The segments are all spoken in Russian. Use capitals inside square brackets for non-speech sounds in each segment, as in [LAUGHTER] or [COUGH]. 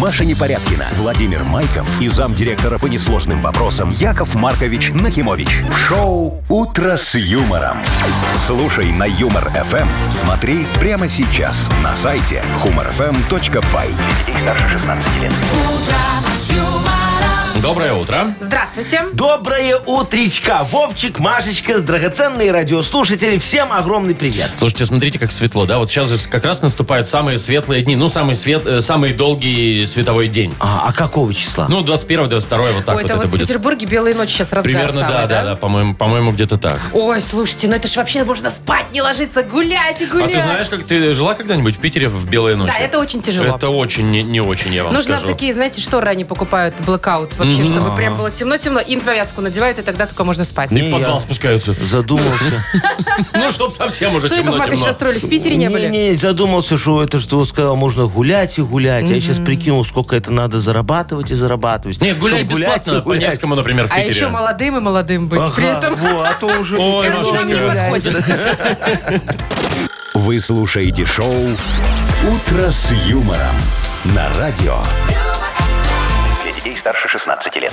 Маша Непорядкина, Владимир Майков и замдиректора по несложным вопросам Яков Маркович Нахимович. В шоу «Утро с юмором». Слушай на «Юмор-ФМ». Смотри прямо сейчас на сайте humorfm.by. Для детей старше 16 лет. Доброе утро. Здравствуйте. Доброе утречка, Вовчик, Машечка, драгоценные радиослушатели. Всем огромный привет. Слушайте, смотрите, как светло, да? Вот сейчас же как раз наступают самые светлые дни, ну, самый свет, э, самый долгий световой день. А, а какого числа? Ну, 21-22, вот так Ой, вот это это вот в будет. Петербурге белые ночи сейчас разгар Примерно, самый, да, да, да, по-моему, по-моему, где-то так. Ой, слушайте, ну это ж вообще можно спать, не ложиться, гулять и А гулять. ты знаешь, как ты жила когда-нибудь в Питере в белые ночи? Да, это очень тяжело. Это очень не, не очень, я вам Нужно скажу. такие, знаете, шторы они покупают, блэкаут вообще, чтобы прям было темно-темно, и повязку надевают, и тогда только можно спать. Не в Не, подвал я- спускаются. [LAUGHS] [LAUGHS] Задумался. Ну, чтоб совсем уже Что, Яков Маркович, темно-темно. расстроились? В Питере не были? Не, задумался, что это что он сказал, можно гулять и гулять. Я сейчас прикинул, сколько это надо зарабатывать и зарабатывать. Не, гуляй Чтоб гулять бесплатно по и гулять. Невскому, например, в А еще Питере. молодым и молодым быть. При Ага, этом во, а то уже Ой, никак нам не Машечка. подходит. [LAUGHS] Вы слушаете шоу «Утро с юмором» на радио. Для детей старше 16 лет.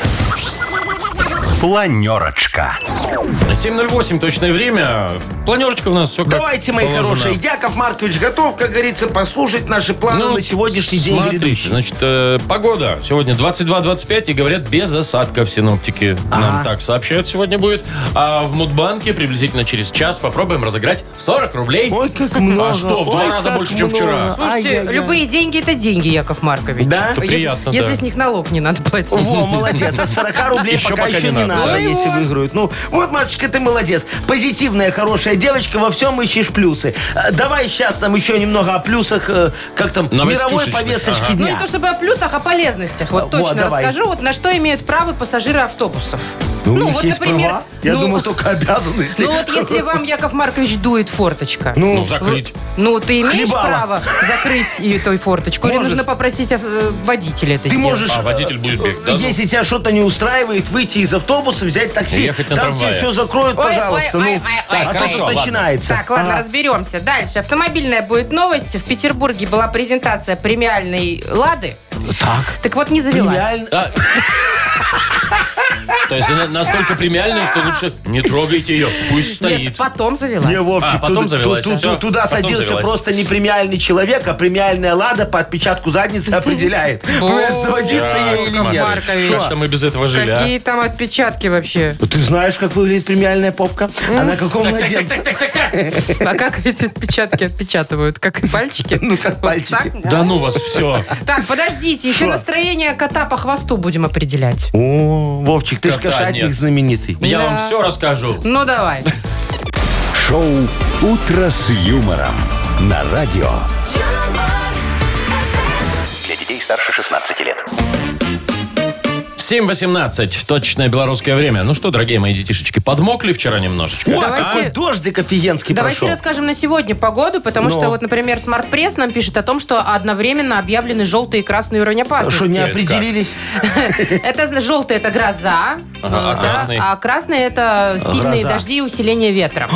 Планерочка. 7.08 точное время. Планерочка у нас все как Давайте, мои положено. хорошие. Яков Маркович готов, как говорится, послушать наши планы на сегодняшний день Ну, смотрите, грядущий. Значит, э, погода сегодня 22-25, и говорят, без осадков синоптики. Нам Ага. так сообщают сегодня будет. А в Мудбанке приблизительно через час попробуем разыграть 40 рублей. Ой, как много. А что, в два ой, раза как больше, чем много. вчера? Слушайте, Ай-яй-яй. любые деньги это деньги, Яков Маркович. Да? Это Если- приятно, если да. с них налог не надо платить. Во, молодец. А 40 рублей Еще пока, еще не надо, да? если выиграют. Ну, вот, Машечка, ты молодец. Позитивная, хорошая девочка, во всем ищешь плюсы. Э, Давай сейчас нам еще немного о плюсах, э, как там, мировой Новостюшечных, повесточки ага. Ну не дня. то чтобы о плюсах, о полезностях. Во, Вот точно давай. расскажу. Вот на что имеют право пассажиры автобусов. Ну, у них есть права? Я ну, думал, только обязанности. ну вот если вам, Яков Маркович, дует форточка. Ну, Ну, закрыть. Ну, ты имеешь Хлебало. право закрыть и той форточку? Или Может. нужно попросить э, водителя это [LAUGHS] ты сделать? можешь... э, А водитель будет бегать, да, ну? Если тебя что-то не устраивает, выйти из автобуса, взять такси. Ехать на там трамвае. тебе все закроют, Ой, пожалуйста. ой, ну. ой, ой, ой, а ой. то Хорошо, тут ладно. начинается. А, Так, ладно, Ага. разберемся. Дальше. Автомобильная будет новость. В Петербурге была презентация премиальной «Лады». Так. Так вот, не завелась. Реально- А. То есть она настолько премиальная, что лучше не трогайте ее, пусть Нет, стоит. потом завелась. Не, Вовчик, А, потом ту- завелась, ту- ту- всё, туда потом садился завелась. просто не премиальный человек, а премиальная лада по [LAUGHS] отпечатку задницы определяет. Понимаешь, заводиться ей или нет. Маркович. Что ж там мы без этого жили, а? Какие там отпечатки вообще? Ну, Ты знаешь, как выглядит премиальная попка? А на каком младенце? А как эти отпечатки отпечатывают? Как и пальчики? Ну, как Вот пальчики. так, да? Да ну вас все. Так, подождите, еще Шо? настроение кота по хвосту будем определять. О, Вовчик, ты ж Кота кошатник нет. знаменитый. Я Да. вам все расскажу. Ну, давай. Шоу «Утро с юмором» на радио. Для детей старше 16 лет. 7.18, точное белорусское время. Ну что, дорогие мои детишечки, подмокли вчера немножечко? Вот, Давайте- такой дождик офигенский Давайте прошел. расскажем на сегодня погоду, потому Ну. что вот, например, Smart Press нам пишет о том, что одновременно объявлены желтый и красный уровень Что, не опасности. определились? Это зна- желтый это гроза, э, Ага, а да, красный? а красный это сильные Гроза. А. дожди и усиление ветра.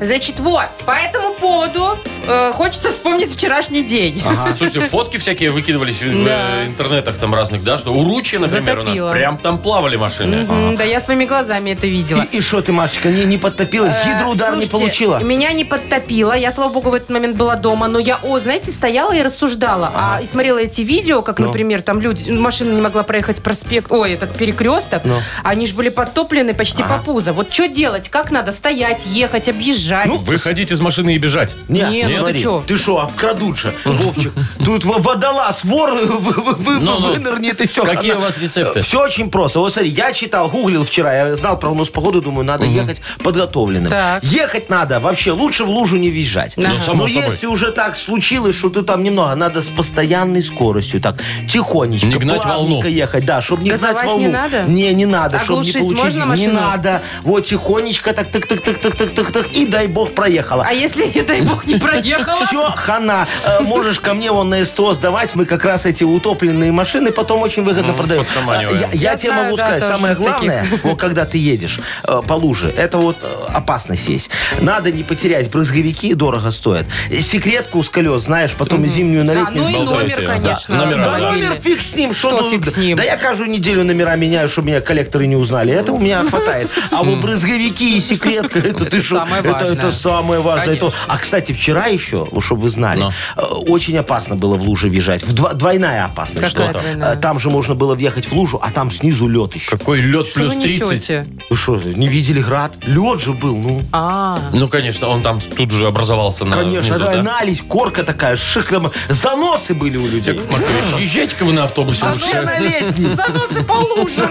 Значит, вот, по этому поводу э, хочется вспомнить вчерашний день. А. Слушайте, фотки всякие выкидывались в, в, Да. э, интернетах там разных, да, что у Ручья, например, у Затопило. нас прям там плавали машины. Мгм, Да я своими глазами это видела. И что ты, Машечка, не, не подтопилась? Э, Гидроудар не слушайте, получила? Меня не подтопило. Я, слава богу, в этот момент была дома. Но я, о, знаете, стояла и рассуждала. А, и смотрела эти видео, как, например, там люди, ну, машина не могла проехать проспект, ой, этот перекресток. Ну. Они же были подтоплены почти по пузо. Вот что делать? Как надо? Стоять, ехать, объезжать? Ну, Выходить из машины и бежать. Нет, Не, ну ты смотри, чё? ты что, обкрадут же, Вовчик. Тут во- водолаз, вор [LAUGHS] э, вы- вы- вы- Ну-ну. вынырнет и все. Ну, Какие у вас рецепты? Все очень просто. Вот смотри, я читал, гуглил вчера, я знал прогноз погоды, думаю, надо ехать подготовленным. Так. Ехать надо вообще, лучше в лужу не въезжать. Ну, Ага. само Но собой. если уже так случилось, что ты там немного, надо с постоянной скоростью, так, тихонечко, Не гнать плавненько волну. ехать, да, чтобы не Газовать гнать не волну. надо? Не, не надо, А чтобы не глушить получить. можно не машину? надо. Вот тихонечко, так, так, так, так, так, так, так, так, и дай бог проехала. А если, не дай бог, не [LAUGHS] Уехала? Все, хана. Э, Можешь ко мне вон на СТО сдавать. Мы как раз эти утопленные машины потом очень выгодно продаем. подсаманиваем. Э, Я, я Я тебе знаю, могу да, сказать, тоже самое таких. главное, вот когда ты едешь э, по луже, это вот э, опасность есть. Надо не потерять. Брызговики дорого стоят. Секретку с колес, знаешь, потом и зимнюю на Да, летнюю. ну и болтаете, номер, да. конечно. Номера, Да да. номер фиг с ним. Что, Что тут? фиг с ним? Да я каждую неделю номера меняю, чтобы меня коллекторы не узнали. Это у [LAUGHS] меня хватает. А вот брызговики и секретка, это ты что? самое Это важное. это самое важное. Это- А, кстати, вчера еще, чтобы вы Ну. знали, э, очень опасно было в луже въезжать. В два- Двойная опасность. Какая была. двойная? Э, Там же можно было въехать в лужу, а там снизу лед еще. Ну, Какой лед Что плюс вы 30. ну, несете? Вы что, не видели град? Лед же был, ну. А, Ну, конечно, он там тут же образовался на Конечно, Ну, внизу, да, да? налезь, корка такая, шик, там, заносы были у людей. Яков Маркович, езжайте-ка вы на А автобусе Все лучше. на летний. заносы по [LAUGHS] лужам.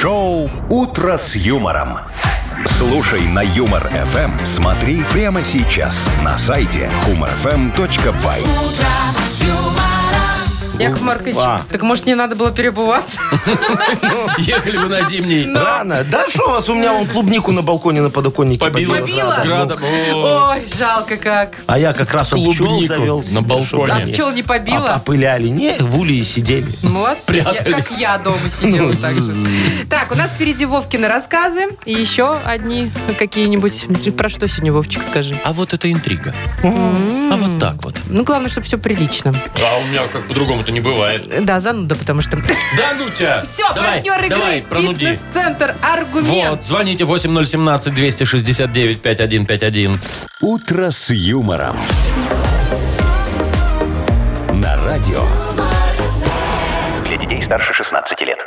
Шоу «Утро с юмором». Слушай на Юмор ФМ. Смотри прямо сейчас на сайте humorfm.by. Яков Маркович, А. так может не надо было перебываться? Ехали бы на зимний. Рано. Да что у вас? У меня вон клубнику на балконе на подоконнике Ну, Побило. Побило? Градом. О, Ой, жалко как. А я как раз вот пчел Клубнику завел. на балконе. А пчел не А- побило? Опыляли. Не, в улей сидели. Молодцы. Я- как Прятались. я дома сидела Ну, так же. Так, у нас впереди Вовкины рассказы. И еще одни какие-нибудь. Про что сегодня, Вовчик, скажи? А вот это интрига. А вот так вот. Ну, главное, чтобы все прилично. А у меня как по-другому-то не бывает. Да, зануда, потому что... [LAUGHS] Да ну тебя! Все, Давай, партнер игры. Давай, пронуди. Фитнес-центр «Аргумент». Вот, звоните 8017-269-5151. «Утро с юмором». На радио. Для детей старше 16 лет.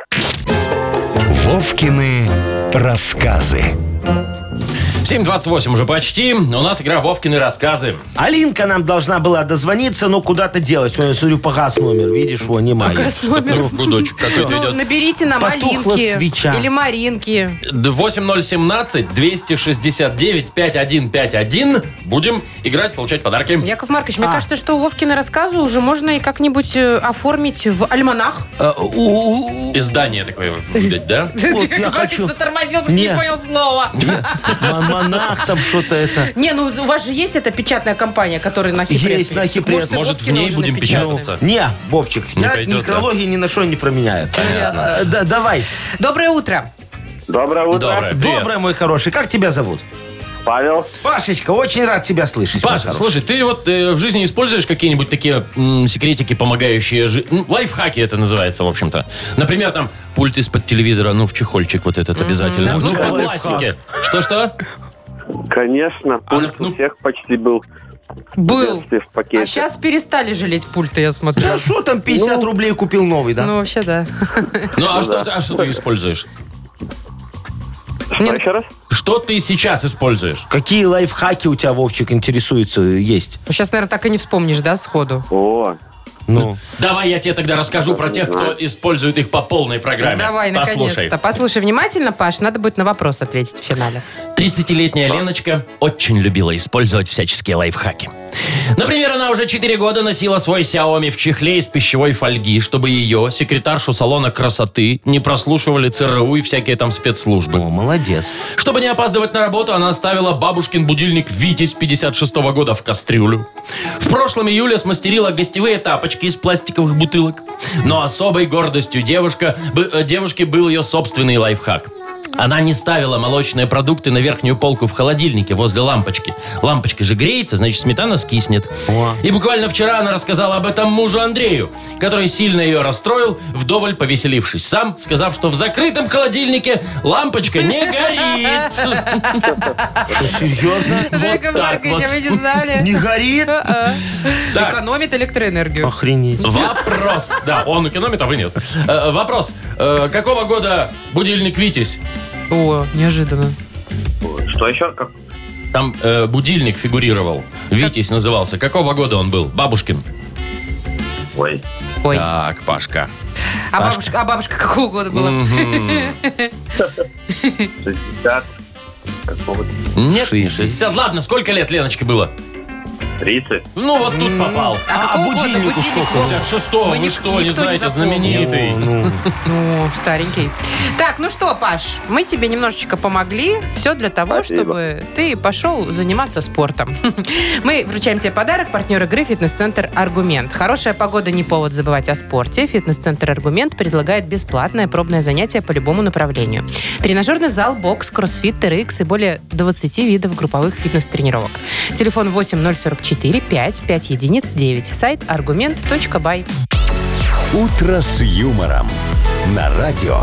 Вовкины рассказы. 7.28 уже почти. У нас игра Вовкины рассказы. Алинка нам должна была дозвониться, но куда-то делать. Ой, Я смотрю, погас номер. Видишь, во, не мая. Погас номер. Гудочек какой-то Ну, идет. наберите нам Потухла Алинки свеча. или Маринки. 8017-269-5151. Будем играть, получать подарки. Яков Маркович, мне А. кажется, что Вовкины рассказы уже можно и как-нибудь э, оформить в альманах. Э, у- у- у- Издание такое выдать, да? Вот я [LAUGHS] Яков Маркович хочу. затормозил, потому что Не. не понял слова. М- Монах там что-то это. Не, ну у вас же есть эта печатная компания, которая на Хипрессе. Есть на Может, Хипресс. и Может, в Вовкина ней уже будем напечатаны. печататься? Не, Вовчик, Не я пойдет, некрологи ни на что не променяю. Ясно. Э, да, Давай. Доброе утро. Доброе утро. Доброе. Привет. Доброе, мой хороший. Как тебя зовут? Павел. Пашечка, очень рад тебя слышать. мой Паша, хороший. слушай, ты вот э, в жизни используешь какие-нибудь такие м, секретики, помогающие жи- ну, лайфхаки это называется, в общем-то. Например, там пульт из-под телевизора, ну, в чехольчик вот этот обязательно. Ну, по лайфхак. классике. Что-что? Конечно, пульт ну- у всех почти был. Был. Все в пакете. А сейчас перестали жалеть пульты, я смотрю. Да что там, 50 рублей купил новый, да? Ну, вообще, да. Ну, а что, ты- а что ты используешь? Что, Нет. еще раз? Что ты сейчас используешь? Какие лайфхаки у тебя, Вовчик, интересуются, есть? Сейчас, Ну, наверное, так и не вспомнишь, да, сходу? О, Ну, Давай я тебе тогда расскажу про тех, кто использует их по полной программе. Ну, Давай, Послушай. наконец-то. Послушай внимательно, Паш, надо будет на вопрос ответить в финале. 30-летняя Леночка очень любила использовать всяческие лайфхаки. Например, она уже 4 года носила свой Xiaomi в чехле из пищевой фольги, чтобы ее, секретаршу салона красоты, не прослушивали ЦРУ и всякие там спецслужбы. о, молодец. Чтобы не опаздывать на работу, она оставила бабушкин будильник «Витязь» 56 года в кастрюлю. В прошлом июле смастерила гостевые тапочки из пластиковых бутылок. Но особой гордостью девушка, бы- э, девушки был ее собственный лайфхак. Она не ставила молочные продукты на верхнюю полку в холодильнике возле лампочки. Лампочка же греется, значит сметана скиснет. И буквально вчера она рассказала об этом мужу Андрею, который сильно ее расстроил, вдоволь повеселившись сам, сказав, что в закрытом холодильнике лампочка не горит. Что, серьезно? Яков так Маркович, вот. а вы не знали? Не горит? А-а. Так. Экономит электроэнергию. Охренеть. Вопрос. Да, он экономит, а вы нет. Э, Вопрос. Э, Какого года будильник «Витязь»? О, неожиданно. что еще? Как- Там э, будильник фигурировал. «Витязь» назывался. Какого года он был? Бабушкин. Ой. Ой. Так, Пашка. А бабушка, а бабушка какого года была? 60. Какого-то. Нет, не Шестьдесят. 60. Ладно, сколько лет Леночке было? 30. Ну, вот тут попал. А, какого года будильнику сколько? был? 56-го, Мы вы ник- что, не никто не знаете, запомнил. знаменитый. Ну, старенький. Так, ну что, Паш, мы тебе немножечко помогли. Все для того, Спасибо. чтобы ты пошел заниматься спортом. [LAUGHS] Мы вручаем тебе подарок. Партнер игры «Фитнес-центр Аргумент». Хорошая погода не повод забывать о спорте. «Фитнес-центр Аргумент» предлагает бесплатное пробное занятие по любому направлению. Тренажерный зал, бокс, кроссфит, TRX и более 20 видов групповых фитнес-тренировок. Телефон 8044 5 5 единиц 9. Сайт аргумент.бай. «Утро с юмором» на радио.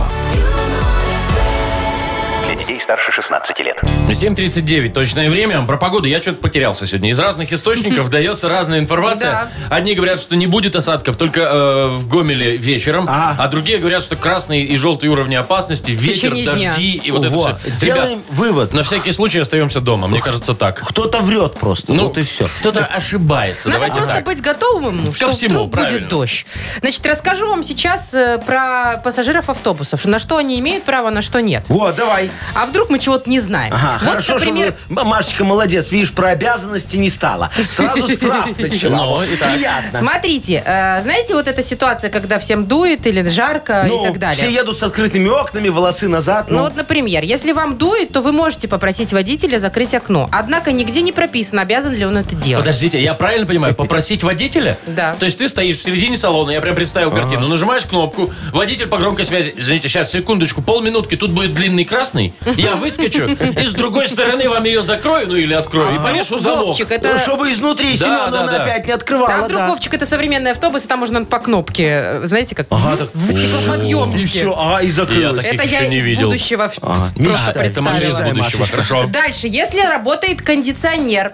Для детей старше 16 лет. 7.39 точное время. Про погоду я что-то потерялся сегодня. Из разных [LAUGHS] источников дается разная информация. Да. Одни говорят, что не будет осадков только э, в Гомеле вечером, Ага. а другие говорят, что красные и желтые уровни опасности, ветер, течение дня. дожди и вот это Вот. все. Делаем вывод. на всякий случай остаемся дома, мне кажется так. Ну, Кто-то врет просто. Ну. вот и все. кто-то ошибается. Надо Давайте просто так. быть готовым, что всему, вдруг правильно. будет дождь. Значит, расскажу вам сейчас э, про пассажиров автобусов. На что они имеют право, на что нет. Вот, давай. А вдруг мы чего-то не знаем. Ага, вот, хорошо, например, что вы- М- Машечка молодец, видишь, про обязанности не стала. Сразу [LAUGHS] справ начала. Ну, Вот, и так. Приятно. смотрите, э, знаете вот эта ситуация, когда всем дует или жарко Ну, и так далее. все едут с открытыми окнами, волосы назад. Ну ну. вот, например, если вам дует, то вы можете попросить водителя закрыть окно. Однако нигде не прописано, обязан ли он это делать. Подождите, я правильно понимаю, попросить водителя? Да. То есть ты стоишь в середине салона, я прям представил картину, нажимаешь кнопку, водитель по громкой связи, извините, сейчас, секундочку, полминутки, тут будет длинный красный, я выскочу, и с другой стороны вам ее закрою, ну или открою, и повешу залог. А, Вовчик, это... Чтобы изнутри Да, Семеновна да, да. опять не открывала. А вдруг, Ну, да. Вовчик, это современный автобус, и там можно по кнопке, э, знаете, как Ага, в- так- в И стеклоподъемнике. все, ага, и закрылась. Я таких Это еще я не из видел. будущего А, в- просто мечта. Это мы же из представила. Мечта. будущего, а? хорошо. Дальше, если работает кондиционер,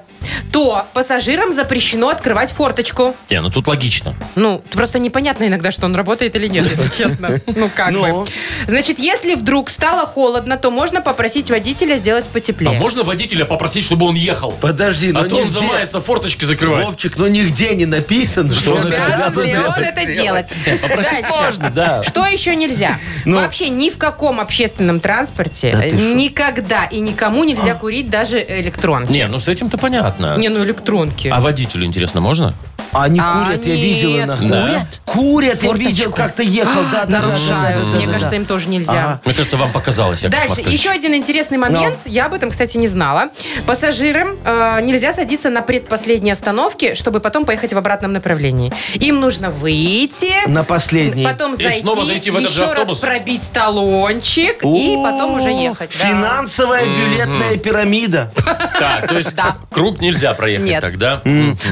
то пассажирам запрещено открывать форточку. Не, ну тут логично. Ну, просто непонятно иногда, что он работает или нет, [LAUGHS] если честно. Ну, как Ну. бы. Значит, если вдруг стало холодно, то можно попросить водителя сделать А потеплее. можно водителя попросить, чтобы он ехал? Подожди, А но то он нигде- замается форточки закрывать. ну Вовчик, но нигде не написано, что он это Обязан ли он это делать? Попросить Дальше. можно, да. Что еще нельзя? Ну. Вообще ни в каком общественном транспорте ты шо? никогда и никому нельзя курить даже электронки. Не, ну с этим-то понятно. Не, ну электронки. А водителю, интересно, можно? А они А, курят, я нет. видела иногда. Курят? Курят, я Форточку. видел, как ты ехал. Да, да, да, да, да, нарушают. да, да, Мне да. кажется, им тоже нельзя. Мне кажется, вам показалось, Яков Дальше, Маркович. еще один интересный момент. Ну. Я об этом, кстати, не знала. Пассажирам э, нельзя садиться на предпоследней остановке, чтобы потом поехать в обратном направлении. Им нужно выйти, На последний. потом И зайти, снова зайти в этот же еще раз автобус? пробить талончик и О, потом уже ехать. Да. Финансовая бюллетная пирамида. Так, то есть Да. круг нельзя проехать Нет. тогда.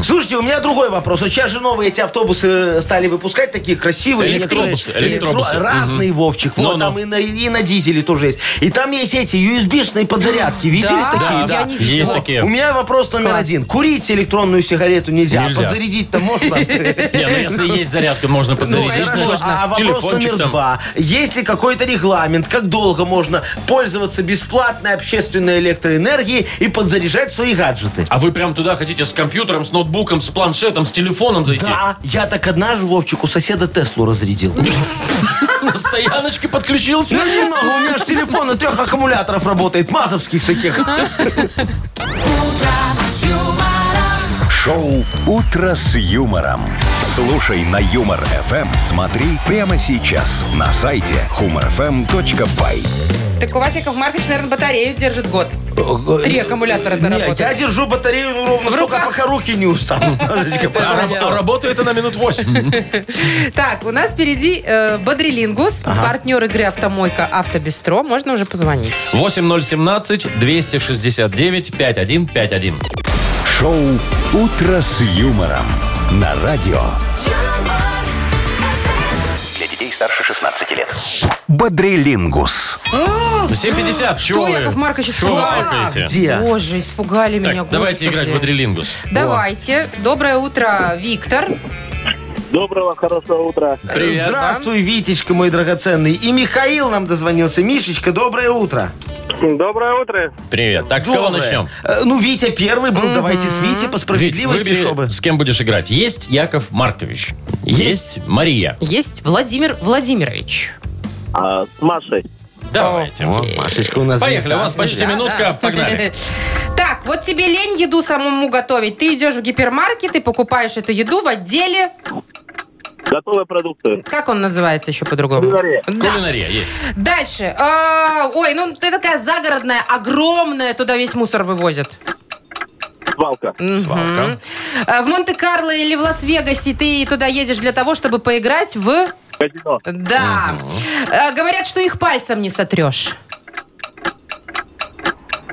Слушайте, у меня другой вопрос. Вот сейчас же новые эти автобусы э, стали выпускать, такие красивые. Электробусы, некоторые. электробусы. Электро- Разные, Вовчик. Вот Ну-ну. там и на, и на дизеле тоже есть. И там есть эти USB-шные подзарядки. Видели Да, такие? я не видела. Есть такие. У меня вопрос номер Класс. один. Курить электронную сигарету нельзя, Нельзя. а подзарядить-то можно? Не, ну если есть зарядка, можно Ну, подзарядить. хорошо. Можно. А вопрос Телефончик номер там. два. Есть ли какой-то регламент, как долго можно пользоваться бесплатной общественной электроэнергией и подзаряжать свои гаджеты? А вы прям туда хотите с компьютером, с ноутбуком, с планшетом, с телефоном зайти? Да, я так однажды Вовчик у соседа Теслу [LAUGHS] разрядил. На стояночке подключился? Ну, немного, у меня же телефон на трех аккумуляторов работает, мазовских таких. Шоу «Утро с юмором». Слушай на Юмор ФМ. Смотри прямо сейчас на сайте humorfm.by. Так у вас, Яков Маркович, наверное, батарею держит год. Три аккумулятора Не, я заработали. держу батарею ну, ровно В столько, руках. пока руки не устанут. Машечка, А потом раб- всё. а работает она минут 8. Так, у нас впереди э, Бодрилингус, партнер игры «Автомойка Автобестро». Можно уже позвонить. 8017 269 5151. Шоу «Утро с юмором» на радио юмор, Для детей старше 16 лет. «Бодрилингус». 750. Чего вы? Яков Маркович, Чего вы слава? хакаете? Где? Боже, испугали Так, меня, давайте господи. играть в Бодрилингус. Давайте. Доброе утро, Виктор. Доброго, хорошего утра. Привет. Здравствуй, Витечка, мой драгоценный. И Михаил нам дозвонился. Мишечка, доброе утро. Доброе утро. Привет. Так, с кого Доброе. начнем? Э, Ну, Витя первый был. Давайте с Вити по справедливости. Выбери, чтобы. с кем будешь играть. Есть Яков Маркович. Есть, Есть. Мария. Есть Владимир Владимирович. А, с Машей. Давайте. О, Машечка у нас Поехали, у вас звезда. [LAUGHS] почти минутка, [LAUGHS] Да. погнали. Так, Так, вот тебе лень еду самому готовить. Ты идешь в гипермаркет и покупаешь эту еду в отделе. Готовые продукты. Как он называется еще по-другому? Кулинария. Да. Кулинария есть. Дальше. А, ой, ну ты такая загородная, огромная, туда весь мусор вывозят. Свалка. Свалка. А, В Монте-Карло или в Лас-Вегасе ты туда едешь для того, чтобы поиграть в... Казино. Да. А, Говорят, что их пальцем не сотрешь.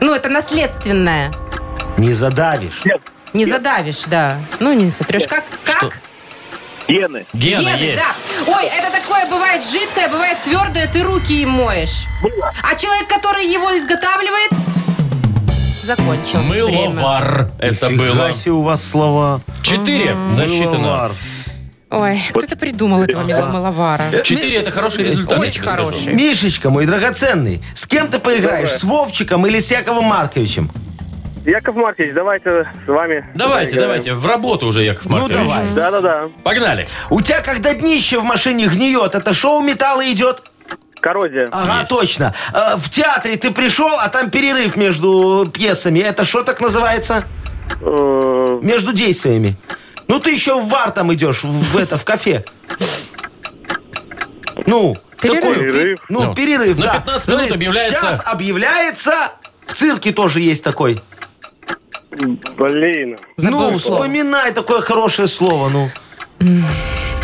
Ну, это наследственное. Не задавишь. Не задавишь, да. Ну, не сотрешь. Как? Как? Гены. Гена Гены, есть. да. Ой, это такое бывает жидкое, бывает твердое, ты руки им моешь. А человек, который его изготавливает, закончил. Мыловар это Нифига было. себе у вас слова. Четыре засчитано. Мыловар. Ой, кто-то придумал этого мыловара. Э, Четыре это хороший результат. я Очень тебе скажу. хороший. Мишечка, мой драгоценный, с кем ты поиграешь? С Вовчиком или с Яковом Марковичем? Яков Маркович, давайте с вами. Э, Давайте, давайте, в работу уже, Яков Маркович. Ну давай. Да-да-да. Погнали. У тебя когда днище в машине гниет, это шоу металла идет? Коррозия. Ага, точно. Э, В театре ты пришел, а там перерыв между пьесами. Это что так называется? Э, Между действиями. Ну ты еще в бар там идешь, в, в это, в кафе. Ну, Перерыв. такой, Перерыв. Ну, Ну, перерыв, на да. Ну, 15 минут объявляется- Сейчас объявляется... В цирке тоже есть такой. Блин. Забыл ну, слово. вспоминай такое хорошее слово, ну.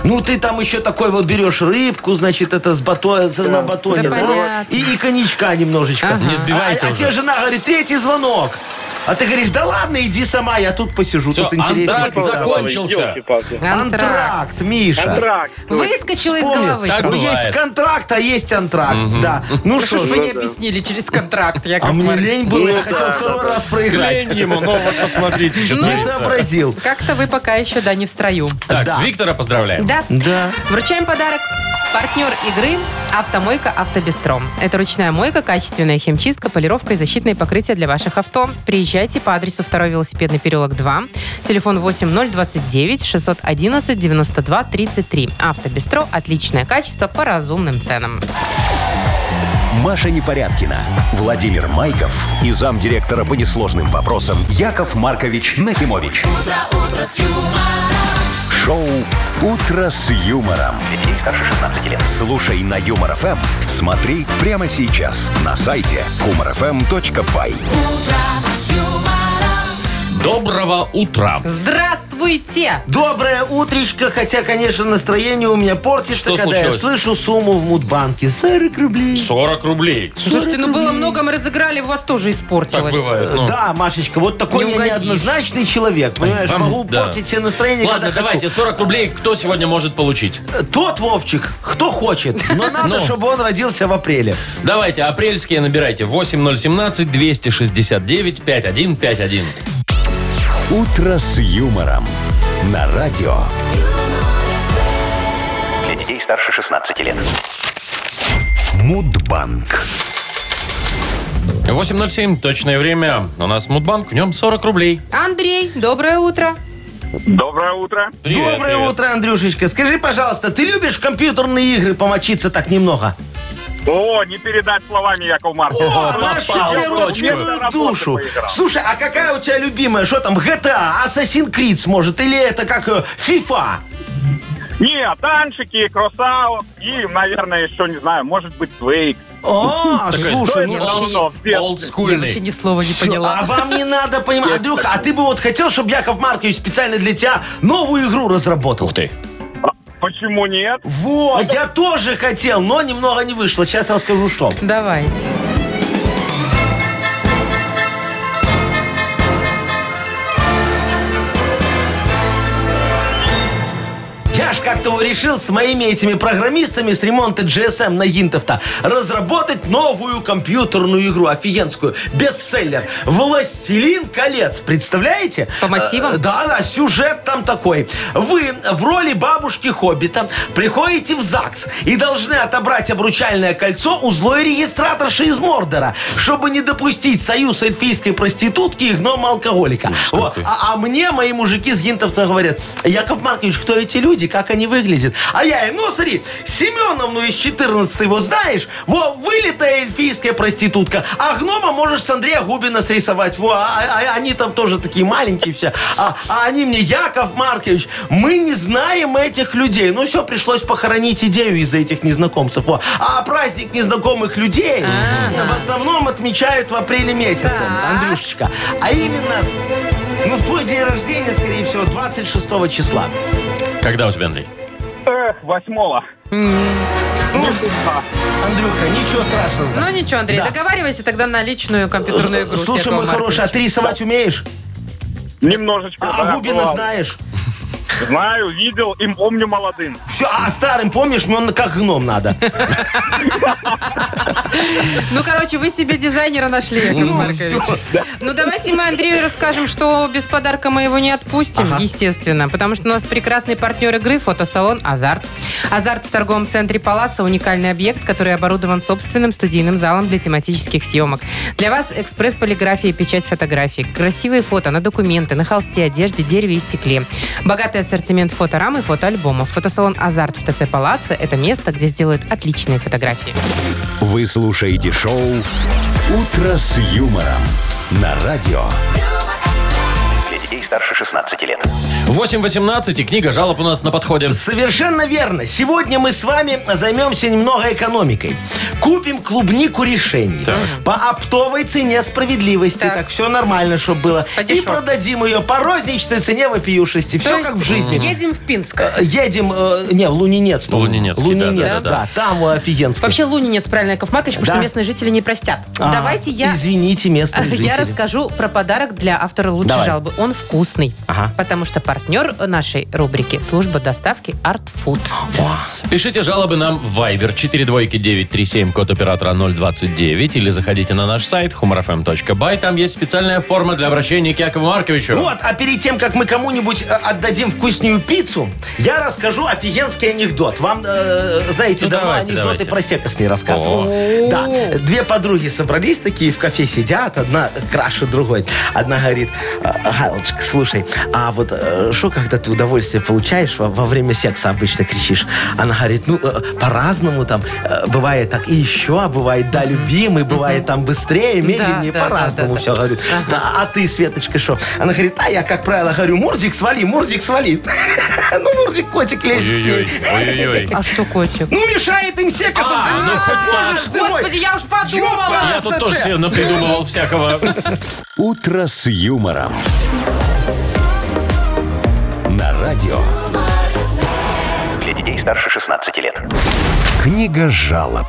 Ну, ты там еще такой вот берешь рыбку, значит, это с бато... с- на Да батоне, да? понятно. И, и коньячка немножечко. Не сбивайте А, а уже. тебе жена говорит, третий звонок. А ты говоришь, да ладно, иди сама, я тут посижу, Всё, тут интереснее. антракт закончился. Ёлки-палки. Антракт. Антракт, Миша. Контракт. Выскочила из Вспомнил. головы. Так Ну, просто. бывает. есть контракт, а есть антракт, да. Ну Хорошо, что что ж, вы не объяснили через контракт, Яков а мне Маркович. лень было, я Ну, хотел да, второй да, раз проиграть. Лень ему, ну вот посмотрите, что Ну, Не творится. сообразил. Как-то вы пока еще, да, не в строю. Так, Да. Виктора поздравляем. Да? Да. Вручаем подарок. Партнер игры «Автомойка Автобестром». Это ручная мойка, качественная химчистка, полировка и защитные покрытия для ваших авто. Приезжайте по адресу 2 велосипедный переулок 2, телефон 8029 611 92 33. «Автобестро» – отличное качество по разумным ценам. Маша Непорядкина, Владимир Майков и замдиректора по несложным вопросам Яков Маркович Нахимович. Шоу Утро с юмором. Детей старше 16 лет. Слушай на юмор ФМ. Смотри прямо сейчас на сайте humorfm.by. Доброго утра. Здравствуйте! Доброе утречко, хотя, конечно, настроение у меня портится, Что когда случилось? я слышу сумму в Мудбанке. 40 рублей. 40 рублей. Слушайте, ну было много, мы разыграли, у вас тоже Так испортилось. бывает. ну. Да, Машечка, вот такой Не я угодишь. неоднозначный человек, понимаешь? Вам- Могу да. портить себе настроение, Ладно, когда давайте, хочу. 40 рублей кто сегодня может получить? Тот Вовчик, кто хочет, [LAUGHS] но надо, Ну. чтобы он родился в апреле. Давайте, апрельские набирайте. 8017-269-5151. Утро с юмором. На радио. Для детей старше 16 лет. Мудбанк. 8.07, точное время. У нас Мудбанк, в нем 40 рублей. Андрей, доброе утро. Доброе утро. Привет, Доброе привет. утро, Андрюшечка. Скажи, пожалуйста, ты любишь компьютерные игры помочиться так немного? О, не передать словами, Яков Маркович. О, нашел мне родственную душу. Слушай, а какая у тебя любимая? Что там, GTA, Assassin's Creed сможет? Или это как э, FIFA? Нет, танчики, кроссаут и, наверное, еще, не знаю, может быть, Твейк. А, слушай, ну... это Олд- вообще не- в детстве. Я олдскульный. вообще ни слова не всё, поняла. а вам не надо понимать. Андрюха, а ты бы вот хотел, чтобы Яков Маркович специально для тебя новую игру разработал? Ух ты. Почему нет? Во, я тоже хотел, но немного не вышло. Сейчас расскажу, что. Давайте. Я ж как-то решил с моими этими программистами с ремонта GSM на Гинтов-то разработать новую компьютерную игру, офигенскую, бестселлер. «Властелин колец», представляете? По мотивам? Э, Да, да, сюжет там такой. Вы в роли бабушки-хоббита приходите в ЗАГС и должны отобрать обручальное кольцо у злой регистраторши из Мордора, чтобы не допустить союз эльфийской проститутки и гнома-алкоголика. Во, какой. а, а мне мои мужики с Гинтов-то говорят, Яков Маркович, кто эти люди, как они не выглядит. А я ей, ну смотри, Семеновну из 14 вот знаешь, во, вылитая эльфийская проститутка, а гнома можешь с Андрея Губина срисовать, во, а- а- а они там тоже такие маленькие все, а, а они мне, Яков Маркович, мы не знаем этих людей, ну все, пришлось похоронить идею из-за этих незнакомцев, во. а праздник незнакомых людей в основном отмечают в апреле месяце, Андрюшечка, а именно... Ну, в твой день рождения, скорее всего, 26 числа. Когда у тебя, Андрей? Эх, восьмого. Ну, Андрюха, ничего страшного. Ну ничего, Андрей, Да. договаривайся тогда на личную компьютерную игру. с Слушай, Яковом мой хороший, а Марковичем. ты рисовать умеешь? Немножечко. А да, Губина бывал. знаешь? Знаю, видел и помню молодым. Все, а старым помнишь, мне он как [LAUGHS] гном надо. Ну, короче, вы себе дизайнера нашли, Яков Маркович. Ну, давайте мы Андрею расскажем, что без подарка мы его не отпустим, естественно. Потому что у нас прекрасный партнер игры – фотосалон «Азарт». «Азарт» в торговом центре «Палаца» – уникальный объект, который оборудован собственным студийным залом для тематических съемок. Для вас экспресс полиграфия и печать фотографий. Красивые фото на документы, на холсте, одежде, дереве и стекле. Богатый ассортимент фоторам и фотоальбомов. Фотосалон «Азарт» в ТЦ «Палаца» – это место, где сделают отличные фотографии. Вы слушаете шоу «Утро с юмором» на радио. Для детей старше 16 лет. 8.18 и книга жалоб у нас на подходе. Совершенно верно. Сегодня мы с вами займемся немного экономикой. Купим клубнику решений. По оптовой цене справедливости. Так. Так, все нормально, чтобы было. И Подешевле. продадим ее по розничной цене вопиюшести. То Все есть как в жизни. Едем в Пинск. Э, Едем, э, не, в Лунинец. по-моему. Лунинецкий, да, Лунинец, да, да, да. Там э, офигенский. Вообще Лунинец, правильно, Яков Маркович, потому Да. что местные жители не простят. А, Давайте я... Извините, местные жители. [LAUGHS] Я расскажу про подарок для автора лучшей Давай. жалобы. Он вкусный, Ага. потому что партнер нашей рубрики – служба доставки Art Food. Пишите жалобы нам в Viber 42937, код оператора 029, или заходите на наш сайт humorfm.by. Там есть специальная форма для обращения к Якову Марковичу. Вот, а перед тем, как мы кому-нибудь э, отдадим вкуснюю пиццу, я расскажу офигенский анекдот. Вам, э, знаете, Ну, давно давайте, давайте. анекдоты про секс не рассказывал. Да, две подруги собрались такие, в кафе сидят, одна краше другой. Одна говорит, «А, Галочка, слушай, а вот что, когда ты удовольствие получаешь, во, во время секса обычно кричишь? Она говорит, ну, э, по-разному там, э, бывает так и еще, а бывает, да, любимый, бывает там быстрее, медленнее, да, да, по-разному да, да. все говорит. «Да, а ты, Светочка, что? Она говорит, а я, как правило, говорю, Мурзик, свали, Мурзик, свали. [LAUGHS] Ну, Мурзик, котик лезет. к Ой-ой-ой, ней. ой-ой-ой. А что, [LAUGHS] котик? Ну, мешает им секасом А, ну, заниматься. Боже ж ты мой. Господи, я уж подумала! Ёпа, Я тут тоже СТ. себе напридумывал всякого. «Утро с юмором». На радио. Для детей старше 16 лет. Книга жалоб.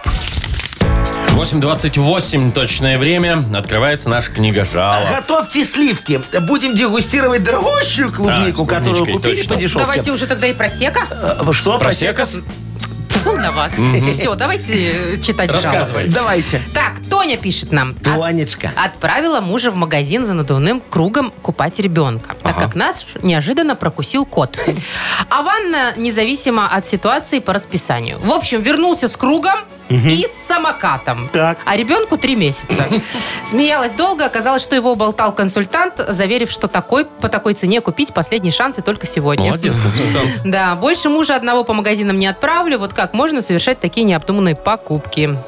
8.28 точное время. Открывается наша книга жалоб. Готовьте сливки. Будем дегустировать дорогущую клубнику, Да, с которую клубничкой, купили точно. по дешевке. Давайте уже тогда и про [LAUGHS] сека. Э, Что, Про просека? секас? Тьфу на вас. Все, давайте э, читать жалобы. Рассказывай. Давайте. Так, Тоня пишет нам. А От- Тонечка. Отправила мужа в магазин за надувным кругом купать ребенка, так как нас неожиданно прокусил кот. А ванна независимо от ситуации по расписанию. В общем, вернулся с кругом и с самокатом. Так. А ребенку три месяца. Смеялась долго, оказалось, что его болтал консультант, заверив, что такой по такой цене купить последний шанс и только сегодня. Молодец, консультант. Да, больше мужа одного по магазинам не отправлю. Вот как можно совершать такие необдуманные покупки?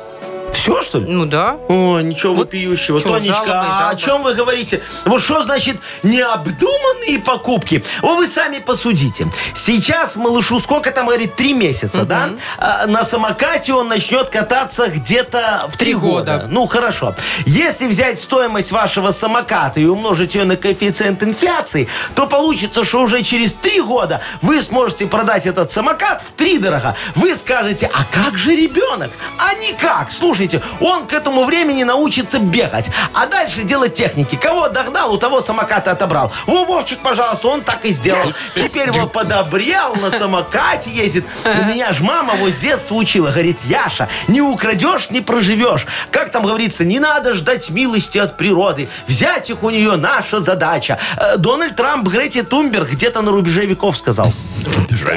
Все, что ли? Ну да. О, ничего Вот вопиющего. чё, Тонечка, жалобы, а о жалобы. чем вы говорите? Вот что значит необдуманные покупки? О, вы сами посудите. Сейчас малышу сколько там, говорит, три месяца, да? А, на самокате он начнет кататься где-то в три Три года. года. Ну, хорошо. Если взять стоимость вашего самоката и умножить ее на коэффициент инфляции, то получится, что уже через три года вы сможете продать этот самокат в три дорога. Вы скажете, а как же ребенок? А никак. Слушайте, он к этому времени научится бегать. А дальше дело техники. Кого догнал, у того самоката отобрал. Во, Вовчик, пожалуйста, он так и сделал. Теперь его подобрел, на самокате ездит. У меня ж мама его с детства учила. Говорит, Яша, не украдешь, не проживешь. Как там говорится, не надо ждать милости от природы. Взять их у нее наша задача. Э, Дональд Трамп Грете Тумберг где-то на рубеже веков сказал.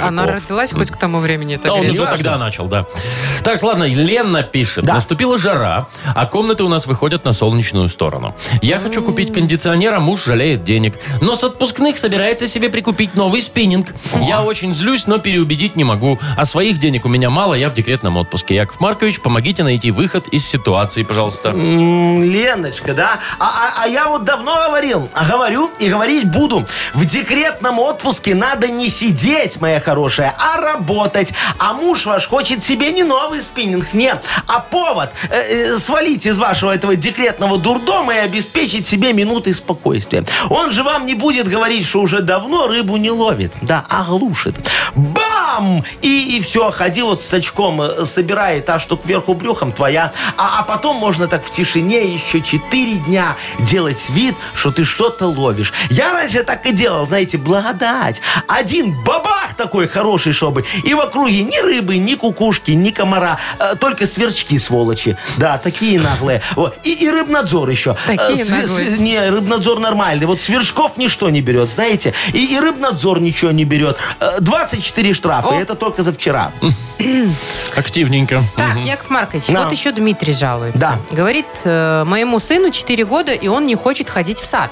Она родилась хоть к тому времени. это Да, он грязь. уже Неважно. тогда начал, да. Так, ладно, Лена пишет. Да. Наступила жара, а комнаты у нас выходят на солнечную сторону. Я хочу купить кондиционер, а муж жалеет денег. Но с отпускных собирается себе прикупить новый спиннинг. Я очень злюсь, но переубедить не могу. А своих денег у меня мало, я в декретном отпуске. Яков Маркович, помогите найти выход из ситуации, пожалуйста. М, Леночка, да? А, а- а я вот давно говорил, а говорю и говорить буду. В декретном отпуске надо не сидеть, моя хорошая, а работать. А муж ваш хочет себе не новый спиннинг, не, а повод э, э, свалить из вашего этого декретного дурдома и обеспечить себе минуты спокойствия. Он же вам не будет говорить, что уже давно рыбу не ловит, да, а глушит. Бам! И, и все, ходи вот с очком, э, собирай та, что кверху брюхом твоя. А, а потом можно так в тишине еще 4 дня делать вид, что ты что-то ловишь. Я раньше так и делал, знаете, благодать. Один бабах такой хороший, чтобы. И в округе ни рыбы, ни кукушки, ни комара. Э, Только сверчки, сволочи. Да, такие наглые. Вот. И, и рыбнадзор еще. Э, Такие све- наглые. све- не, рыбнадзор нормальный. Вот сверчков ничто не берет, знаете. И, и рыбнадзор ничего не берет. Э, 24 штрафа, и это только за вчера. Активненько. Так, Яков Маркович, Да. вот еще Дмитрий жалуется. Да. Говорит, э, моему сыну 4 года, и он не хочет ходить в сад.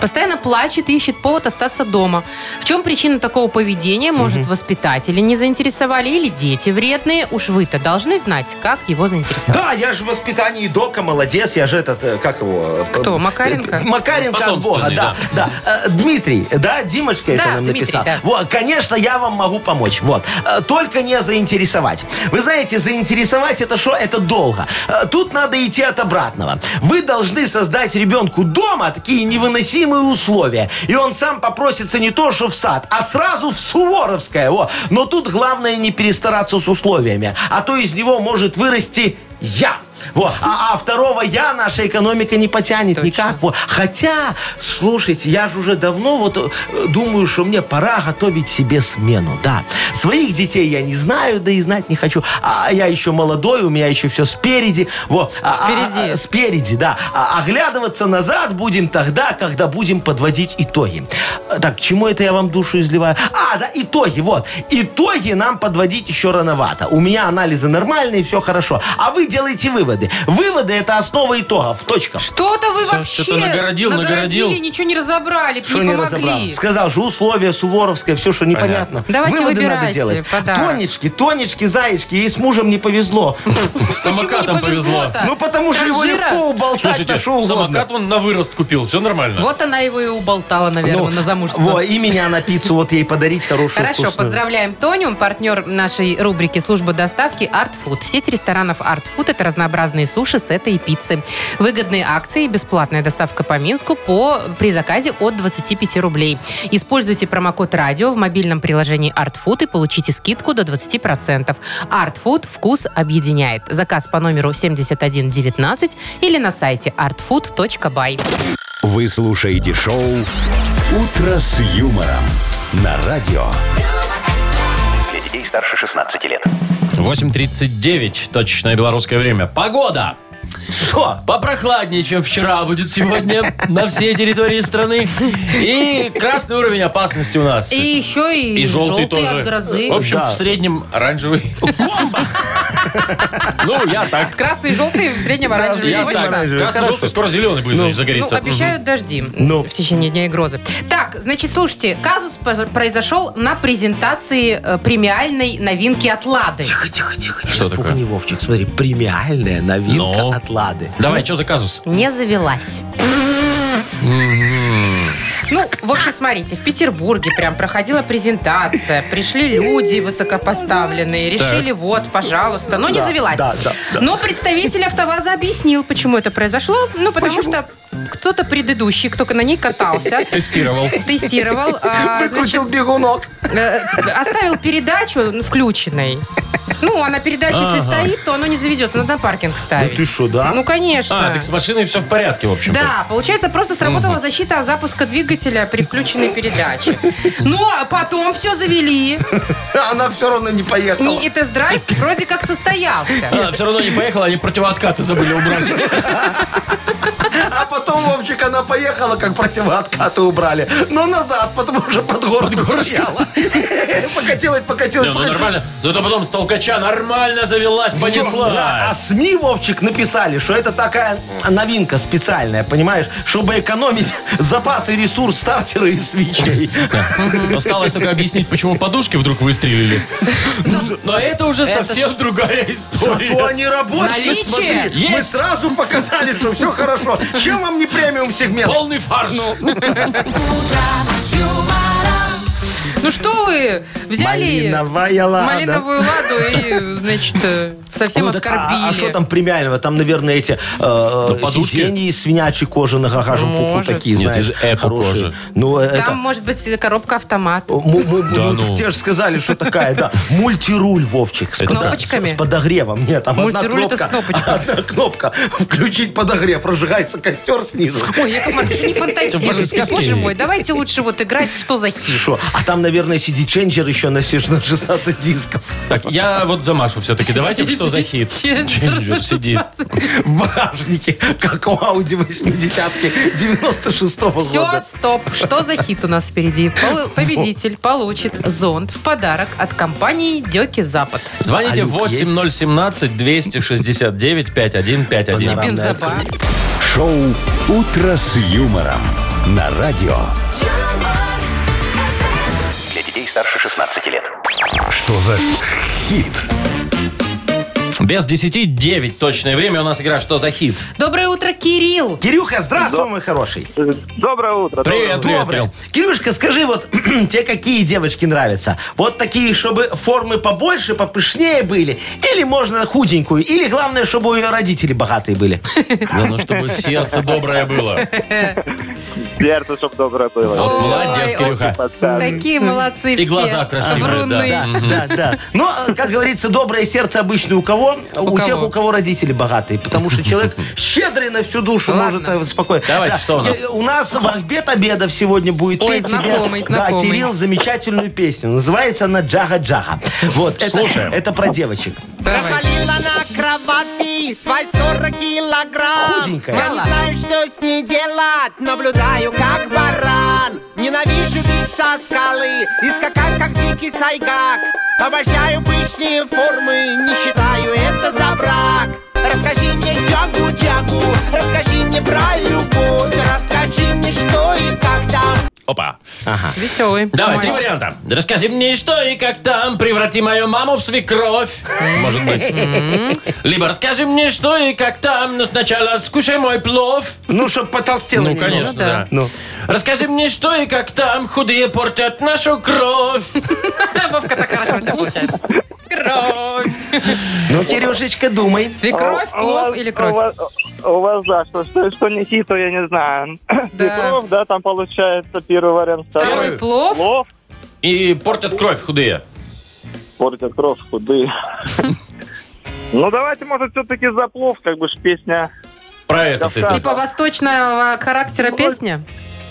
Постоянно плачет и ищет повод остаться дома. В чем причина такого поведения? Может, воспитатели не заинтересовали или дети вредные? Уж вы-то должны знать, как его заинтересовать. Да, я же в воспитании Дока молодец, я же этот, э, как его? э, Кто, э, Макаренко? э, Макаренко от Бога, Потомственный, да. да. Э, Дмитрий, э, да, Димочка это Да, нам Дмитрий, написал. да. Вот, конечно, я вам могу помочь. Вот. Э, Только не заинтересовать. Вы знаете, заинтересовать это что? Это долго. Э, Тут надо идти от обратного. Вы должны создать ребенку дома такие невыносимые условия. И он сам попросится не то, что в сад, а сразу в Суворовское. Во. Но тут главное не перестараться с условиями. А то из него может вырасти я. Вот. А, а второго я наша экономика не потянет Точно. никак. Вот. Хотя, слушайте, я же уже давно вот э, думаю, что мне пора готовить себе смену. Да, своих детей я не знаю, да и знать не хочу. А я еще молодой, у меня еще все спереди. Вот. А- а- Впереди. а- спереди, да. А- оглядываться назад будем тогда, когда будем подводить итоги. Э, Так, к чему это я вам душу изливаю? А, да, итоги, вот. Итоги нам подводить еще рановато. У меня анализы нормальные, все хорошо. А вы делаете выводы. Выводы – это основа итогов, точка. Что-то вы Всё, вообще что-то нагородил, нагородили, нагородил. ничего не разобрали, Что не не помогли. разобрал? Сказал же условия Суворовское, все, что непонятно. Давайте Выводы надо выбирайте делать. подарок. Тонечки, Тонечки, Заячки, ей с мужем [LAUGHS] не повезло. С самокатом повезло. повезло-то? Ну, потому что его Транжира? легко уболтать Слушайте, на что угодно. самокат он на вырост купил, все нормально. Вот она его и уболтала, наверное, Ну, на замужество. Во, и меня на пиццу вот ей подарить хорошую Хорошо, вкусную. поздравляем Тоню, партнер нашей рубрики «Служба доставки Art Food». Сеть ресторанов Art Food – это разнообразные суши, сеты и пиццы. Выгодные акции и бесплатная доставка по Минску по, при заказе от 25 рублей. Используйте промокод «Радио» в мобильном приложении Art Food и получите скидку до 20%. Art Food – вкус объединяет. Заказ по номеру 7119 или на сайте artfood.by. Вы слушаете шоу «Утро с юмором» на радио. Для детей старше 16 лет. 8.39, точное белорусское время. Погода! Что? Попрохладнее, чем вчера будет [LAUGHS] сегодня на всей территории страны. И красный уровень опасности у нас. И еще и, И желтый, тоже. от грозы. В общем, Да. в среднем оранжевый. Комбо! [LAUGHS] Ну, я так. Красный, желтый, в среднем оранжевый. Я Точно? так. Красно-желтый, скоро зеленый будет, значит, загорится. Ну, обещают дожди Ну. в течение дня и грозы. Так, значит, слушайте, казус поз- произошел на презентации э, премиальной новинки от Лады. Тихо, тихо, тихо. Что Что такое? такое? Не Вовчик, смотри, премиальная новинка Ну. от Лады. Давай, что за казус? Не завелась. Ну, в общем, смотрите, в Петербурге прям проходила презентация, пришли люди высокопоставленные, решили, вот, пожалуйста, но не завелась. да, да, да. Но представитель АвтоВАЗа объяснил, почему это произошло. Ну, потому что кто-то предыдущий, кто на ней [LAUGHS] катался, Тестировал. тестировал, а, Выкрутил бегунок. [LAUGHS] Э, оставил передачу включенной. Ну, она передача, если Ага. стоит, то она не заведется. Надо на паркинг Да ставить. ты что, да? Ну, конечно. А, так с машиной все в порядке, в общем-то. Да, получается, просто сработала защита от запуска двигателя при включенной передаче. Но потом все завели. Она все равно не поехала. Не- И тест-драйв вроде как состоялся. А, все равно не поехала, они противооткаты забыли убрать. А потом потом, Вовчик, она поехала, как противооткаты убрали. Но назад, потому что под город стояла. [LAUGHS] Покатилась, покатилась. Не, ну покатилась. нормально. Зато потом с толкача нормально завелась, Всё, да, А понесла. СМИ, Вовчик, написали, что это такая новинка специальная, понимаешь? Чтобы экономить [LAUGHS] запасы, ресурс, стартеры и свечей. Осталось только объяснить, почему подушки вдруг выстрелили. Но это уже совсем другая Зато история. они рабочие, Наличие смотри. Мы есть. сразу показали, что все хорошо. Чем вам не премиум сегмент? Полный фарш. Ну что вы, взяли Малиновая лада. малиновую ладу и, значит, э, совсем Ну, так, а а оскорбили. что там премиального? Там, наверное, эти э, подушки? сиденья из свинячьей кожи на гагажу пуху Может. такие, Нет, знаешь, из эко-кожи. хорошие. Ну, э, это... Там, может быть, коробка автомат. Му- му- Да ну, так ну. Те же сказали, что такая, [LAUGHS] да. Мультируль, Вовчик. С, Это- подо- Кнопочками? с- с подогревом. Нет, там одна Мультируль это кнопка. с кнопочкой. [LAUGHS] Одна кнопка. Включить подогрев. Разжигается костер снизу. Ой, Яков Маркович, не ваши сказки. фантазируйте. Боже мой, давайте лучше вот играть в что за хит. Шо? А там, наверное, CD-ченджер еще насишь на 16 дисков. Так, я вот за Машу все-таки. Давайте в что за хит. Челленджер сидит. В багажнике, как у Ауди 80-ки 96-го Все, года. стоп. Что за хит у нас впереди? Пол- Победитель получит зонт в подарок от компании Деки Запад. Звоните А люк 8017-269-5151. Бензоба. Шоу «Утро с юмором» на радио. Для детей старше 16 лет. Что за хит? Без 10 9 точное время у нас игра «Что за хит?». Доброе утро, Кирилл. Кирюха, здравствуй, мой хороший. Доброе утро. Привет, привет, Доброе. привет. Кирюшка, скажи, вот [CLEARS THROAT] тебе какие девочки нравятся? Вот такие, чтобы формы побольше, попышнее были? Или можно худенькую? Или главное, чтобы у ее родители богатые были? Да ну, чтобы сердце доброе было. Сердце, чтобы доброе было. Вот Ой, молодец, ой. Кирюха. Такие молодцы все. И глаза красивые, да. Врунные. Да, да. Но, э, как говорится, доброе сердце обычно у кого? У, кого? тех, у кого родители богатые. Потому что человек щедрый на всю душу Ладно. может э, спокойно. Давайте, что у нас? Э, У нас Махбет обедов сегодня будет. Ой, петь себе. знакомый, Да, знакомый. Кирилл замечательную песню. Называется она «Джага-джага». Вот, это- Слушаем. Это про девочек. Давай. Развалила на кровати свои 40 килограмм. Худенькая. Я не Мало. знаю, что с ней делать, наблюдаю, как баран. Ненавижу бить со скалы и скакать, как дикий сайгак. Обожаю пышные формы, не считаю это за брак. Расскажи мне джагу-джагу, расскажи мне про любовь, расскажи мне, что и как там. Опа. Веселый. Давай, три варианта. Расскажи мне, что и как там, преврати мою маму в свекровь. Может быть. Либо расскажи мне, что и как там, но сначала скушай мой плов. Ну, чтобы потолстела Ну, немного. конечно, Ну да. да. Расскажи мне, что и как там, худые портят нашу [LAUGHS] кровь. Вовка, так хорошо у тебя получается. Кровь. Ну, Кирюшечка, думай. Свекровь, плов или У кровь? вас, у вас, да, что, что, что не хит, то я не знаю. Да. Кровь, да, там получается первый вариант. Второй. Второй. Второй плов. Лов, И портят кровь худые. портят кровь, [LAUGHS] худые. Ну, давайте, может, все-таки за плов, как бы ж песня. Про это ты. Кавказ. Типа восточного характера песня?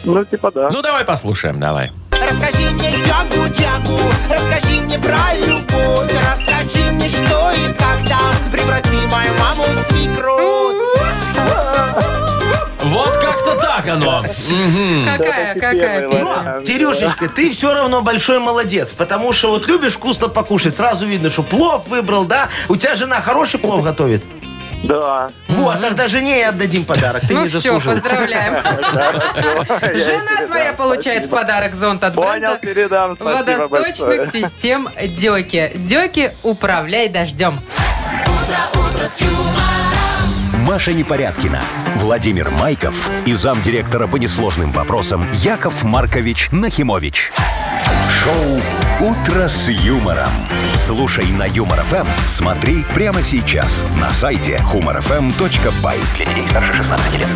Ну, типа, да. Ну, давай послушаем, давай. Расскажи мне джагу-джагу, расскажи мне про любовь, расскажи мне, что и как там, преврати мою маму в свекровь. Вот как-то так оно. Какая, Это какая первый песня? Ну, вариант. Кирюшечка, ты все равно большой молодец, потому что вот любишь вкусно покушать, сразу видно, что плов выбрал, да? У тебя жена хороший плов готовит? Да. Вот, тогда жене и отдадим подарок, ты Ну не все, заслужил. [LAUGHS] поздравляем. Жена твоя получает в подарок зонт от Понял, бренда передам. Спасибо большое. водосточных систем Деки. Деки, управляй дождем. Маша Непорядкина, Владимир Майков и замдиректора по несложным вопросам Яков Маркович Нахимович. Шоу «Утро с юмором». Слушай на Юмор ФМ, смотри прямо сейчас на сайте humorfm.by. Для детей старше 16 лет.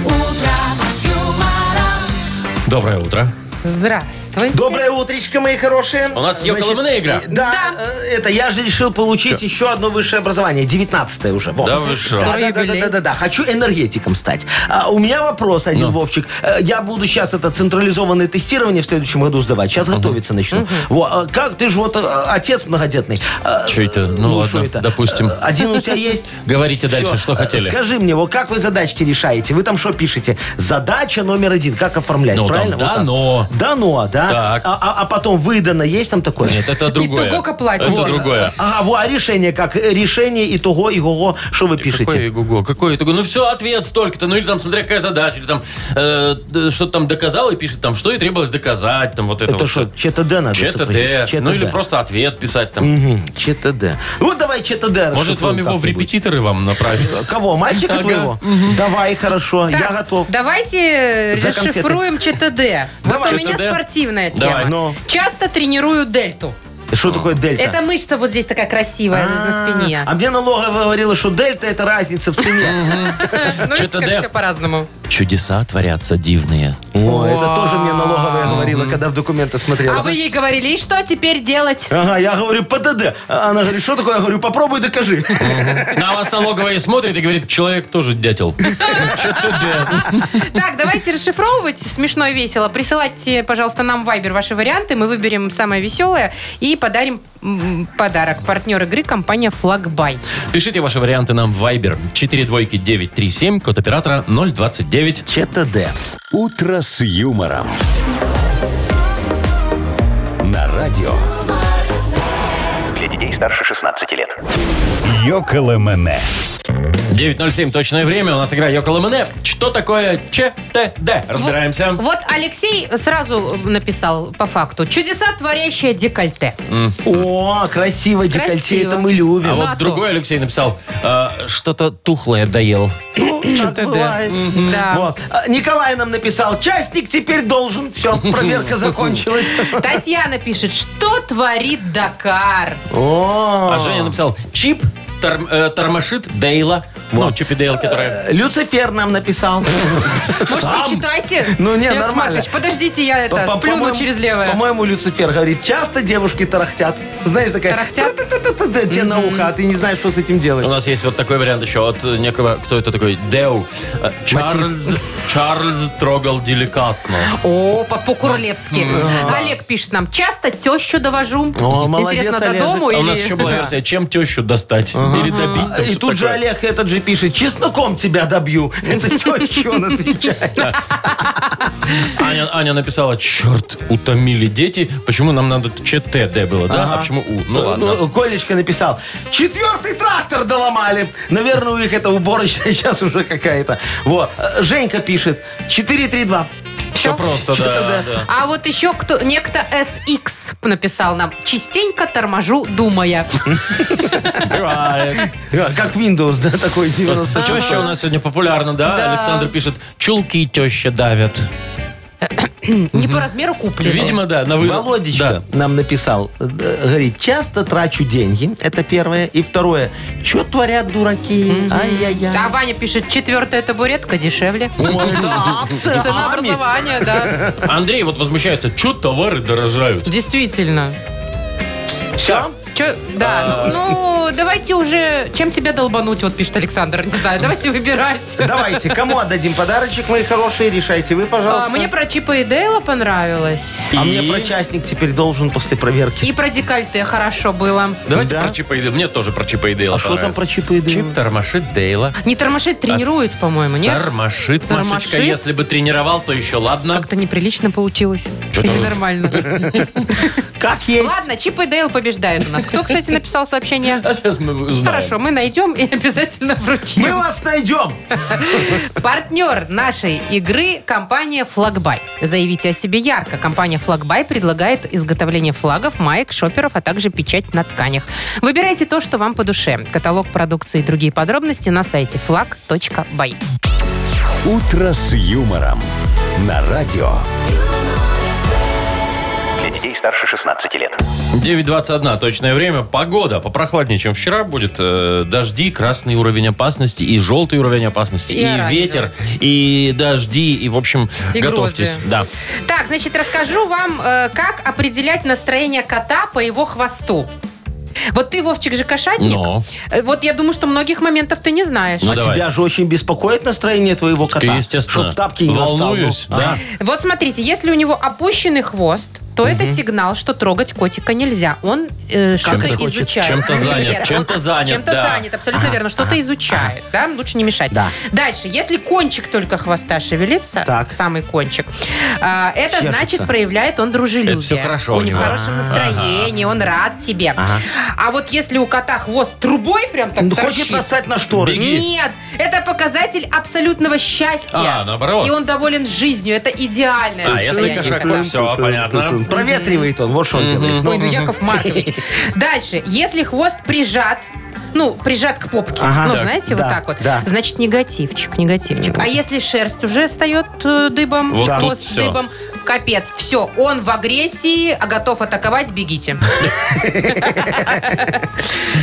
Доброе утро. Здравствуйте. Доброе утречко, мои хорошие. У нас съехала умная игра. э, Да, э, это я же решил получить еще одно высшее образование, 19 уже. Вот. Да вы что? Да, да, да, да, юбилей. да, да, да. Хочу энергетиком стать. А, у меня вопрос Ну. один, Вовчик. Э, Я буду сейчас это централизованное тестирование в следующем году сдавать. Сейчас готовиться начну. Во, а как ты же вот э, отец многодетный. А, Чё это? Ну ладно, шо допустим. Э, Один у тебя есть? Говорите дальше, Всё. что Э, хотели. Скажи мне, вот как вы задачки решаете? Вы там что пишете? Задача номер один. Как оформлять? Ну, там правильно? Вот так. дано. Дано, да? Так. А, а- а потом выдано, есть там такое? Нет, это другое. Итого платим. Это Вот. другое. Ага, во, а решение как? Решение и того, и го, что вы пишете? Какое Гуго? Какое Итого? Ну все, ответ столько-то. Ну или там, смотря какая задача, или там э, д- что-то там доказал и пишет там, что и требовалось доказать, там вот это, Это вот. что, ЧТД надо ЧТД. сопротив- Ну или ЧТД. просто ответ писать там. Мгм, ЧТД. Вот давай ЧТД Может, вам его в репетиторы вам направить? Кого, мальчика Ага. твоего? Давай, хорошо, Так, я готов. Давайте За конфеты. расшифруем ЧТД. Вот Давай. у меня ЧТД. спортивная Давай. тема. Ну. Часто тренирую дельту. Что такое дельта? Это мышца вот здесь такая красивая здесь на А, спине. А мне налоговая говорила, что дельта это разница в цене. Ну, видите, как ЧТД. все по-разному. Чудеса творятся дивные. О, это тоже мне налоговая говорила, когда в документы смотрела. А вы ей говорили, и что теперь делать? Ага, я говорю ПДД. А Она говорит, что такое? Я говорю, попробуй докажи. [LAUGHS] На вас налоговая смотрит и говорит, человек тоже дятел. [LAUGHS] Ну, ЧТД. Так, давайте расшифровывать смешно и весело. Присылайте, пожалуйста, нам в Viber ваши варианты. Мы выберем самое веселое и подарим м, подарок. Партнер игры компания Флагбай. Пишите ваши варианты нам в Viber. 4 двойки 937, код оператора 029. ЧТД. «Утро с юмором». На радио Для детей старше 16 лет. «Йоколэмэне». 9.07 точное время. У нас игра Йокол Что такое ЧТД? Разбираемся. Вот Алексей сразу написал по факту. Чудеса, творящие декольте. О, красиво, декольте, Красиво. это мы А любим. вот Лото. другой Алексей написал, э, что-то тухлое доел. Ну, Так бывает. А, Да. Вот. А, Николай нам написал, частник теперь должен. [LAUGHS] Все, проверка закончилась. Татьяна пишет, что творит Дакар? О. А Женя написал, чип тор- э, тормошит Дейла. Ну, Чип и Дейл, которая... Люцифер нам написал. Э, Может, не читайте? Ну, не, Яков нормально. Маркович, подождите, я [LAUGHS] это, По- по- сплюну по-моему- через левое. По-моему, Люцифер говорит, часто девушки тарахтят. Знаешь, такая... Тарахтят? «Та-та-та-та-та-та» Тебе на ухо, а ты не знаешь, что с этим У делать. нас есть вот такой вариант еще от некого, кто это такой, Деу. Э, Чарльз, Чарльз трогал деликатно. О, по- по-курлевски. Олег пишет нам, часто тещу довожу. О, молодец, Интересно, до Олег. дому А или... у нас еще была версия, чем тещу достать или добить. А, там И что-то тут же такое. Олег этот же пишет, чесноком тебя добью. [LAUGHS] Это теща, он отвечает. Аня, Аня написала, черт, утомили дети, почему нам надо ЧТД было, да? А почему У? Ну ладно. Ну, Колечка написал, четвертый трактор доломали. Наверное, у них это уборочная [LAUGHS] сейчас уже какая-то. Вот. Э, Женька пишет, 432. Все просто, Чё-то да, да. да. А вот еще кто, некто SX написал нам. Частенько торможу, думая. Бывает. Э, Как Windows, да, такой 90 Теща у нас сегодня популярна, да? Да. Александр пишет, чулки и теща давят. Не по размеру куплено. Видимо, да. На [LAUGHS] вы... Володечка нам написал, э, говорит, часто трачу деньги, это первое. И второе, что творят дураки? Ай-яй-яй. А Ваня пишет, четвертая табуретка дешевле. Ой, да, акция, ами. Ценообразование, да. Да. Андрей вот возмущается, что товары дорожают. Действительно. Всё? Чё- А. да, ну, давайте уже... Чем тебя долбануть, вот пишет Александр, не знаю. Давайте выбирать. Давайте, кому отдадим подарочек, мои хорошие, решайте вы, А, пожалуйста. Мне про Чипа и Дейла понравилось. А мне И- про частник теперь должен после проверки. И про декольте хорошо было. Давайте Да. про Чипа и Дейла. Мне тоже про Чипа и Дейла А что там понравилось. про чипы и Дейла? А Чип тормошит Дейла. Не тормошит, тренирует, по-моему, нет? Тормошит, Машечка. Тормошит? Если бы тренировал, то еще ладно. Как-то неприлично получилось. Чё-то Или вы- нормально. Как есть. Ладно, Чип и Дейл побеждают у нас. Кто, кстати, написал сообщение? [LAUGHS] Сейчас мы узнаем. Хорошо, мы найдем и [LAUGHS] обязательно вручим. Мы вас найдем. Партнер нашей игры – компания «Флагбай». Заявите о себе ярко. Компания «Флагбай» предлагает изготовление флагов, маек, шоперов, а также печать на тканях. Выбирайте то, что вам по душе. Каталог продукции и другие подробности на сайте flag.by. «Утро с юмором». На радио Для детей старше 16 лет. 9.21 точное время. Погода попрохладнее, чем вчера будет. Э, дожди, красный уровень опасности и желтый уровень опасности. И И, оранжевый. ветер, и дожди, и, в общем, И готовьтесь. грозы. Да. Так, значит, расскажу вам, э, как определять настроение кота по его хвосту. Вот ты, Вовчик, же кошатник. Но. Э, Вот я думаю, что многих моментов ты не знаешь. Ну, а давай. тебя же очень беспокоит настроение твоего кота. естественно. Чтоб в тапки не Волнуюсь, нассал, ну. да. Вот смотрите, если у него опущенный хвост, то это сигнал, что трогать котика нельзя. Он э, что-то Чем-то хочет, изучает. чем-то Нет, занят, он чем-то занят, Чем-то да. занят, абсолютно верно. Что-то изучает, да? Лучше не мешать. Да. Дальше, если кончик только хвоста шевелится, Так. самый кончик, а, это Чешется. значит, проявляет он дружелюбие. Это всё хорошо у У него него. в хорошем настроении, он рад тебе. А вот если у кота хвост трубой прям так Ну, торчит, хочет настать на шторы. Беги. нет, это показатель абсолютного счастья. А, наоборот. И он доволен жизнью. Это идеальное А, если состояние. кошак, то все, понятно. Проветривает он, вот что он делает. Ой, ну [LAUGHS] Яков Маркович. Дальше, если хвост прижат, ну, прижат к попке. Ага. ну, Так, знаете, да, вот так вот. да. Значит, негативчик, негативчик. А если шерсть уже встает э, дыбом, Вот хвост тут всё. дыбом, капец, все, он в агрессии, а готов [LAUGHS] атаковать, бегите. Ну,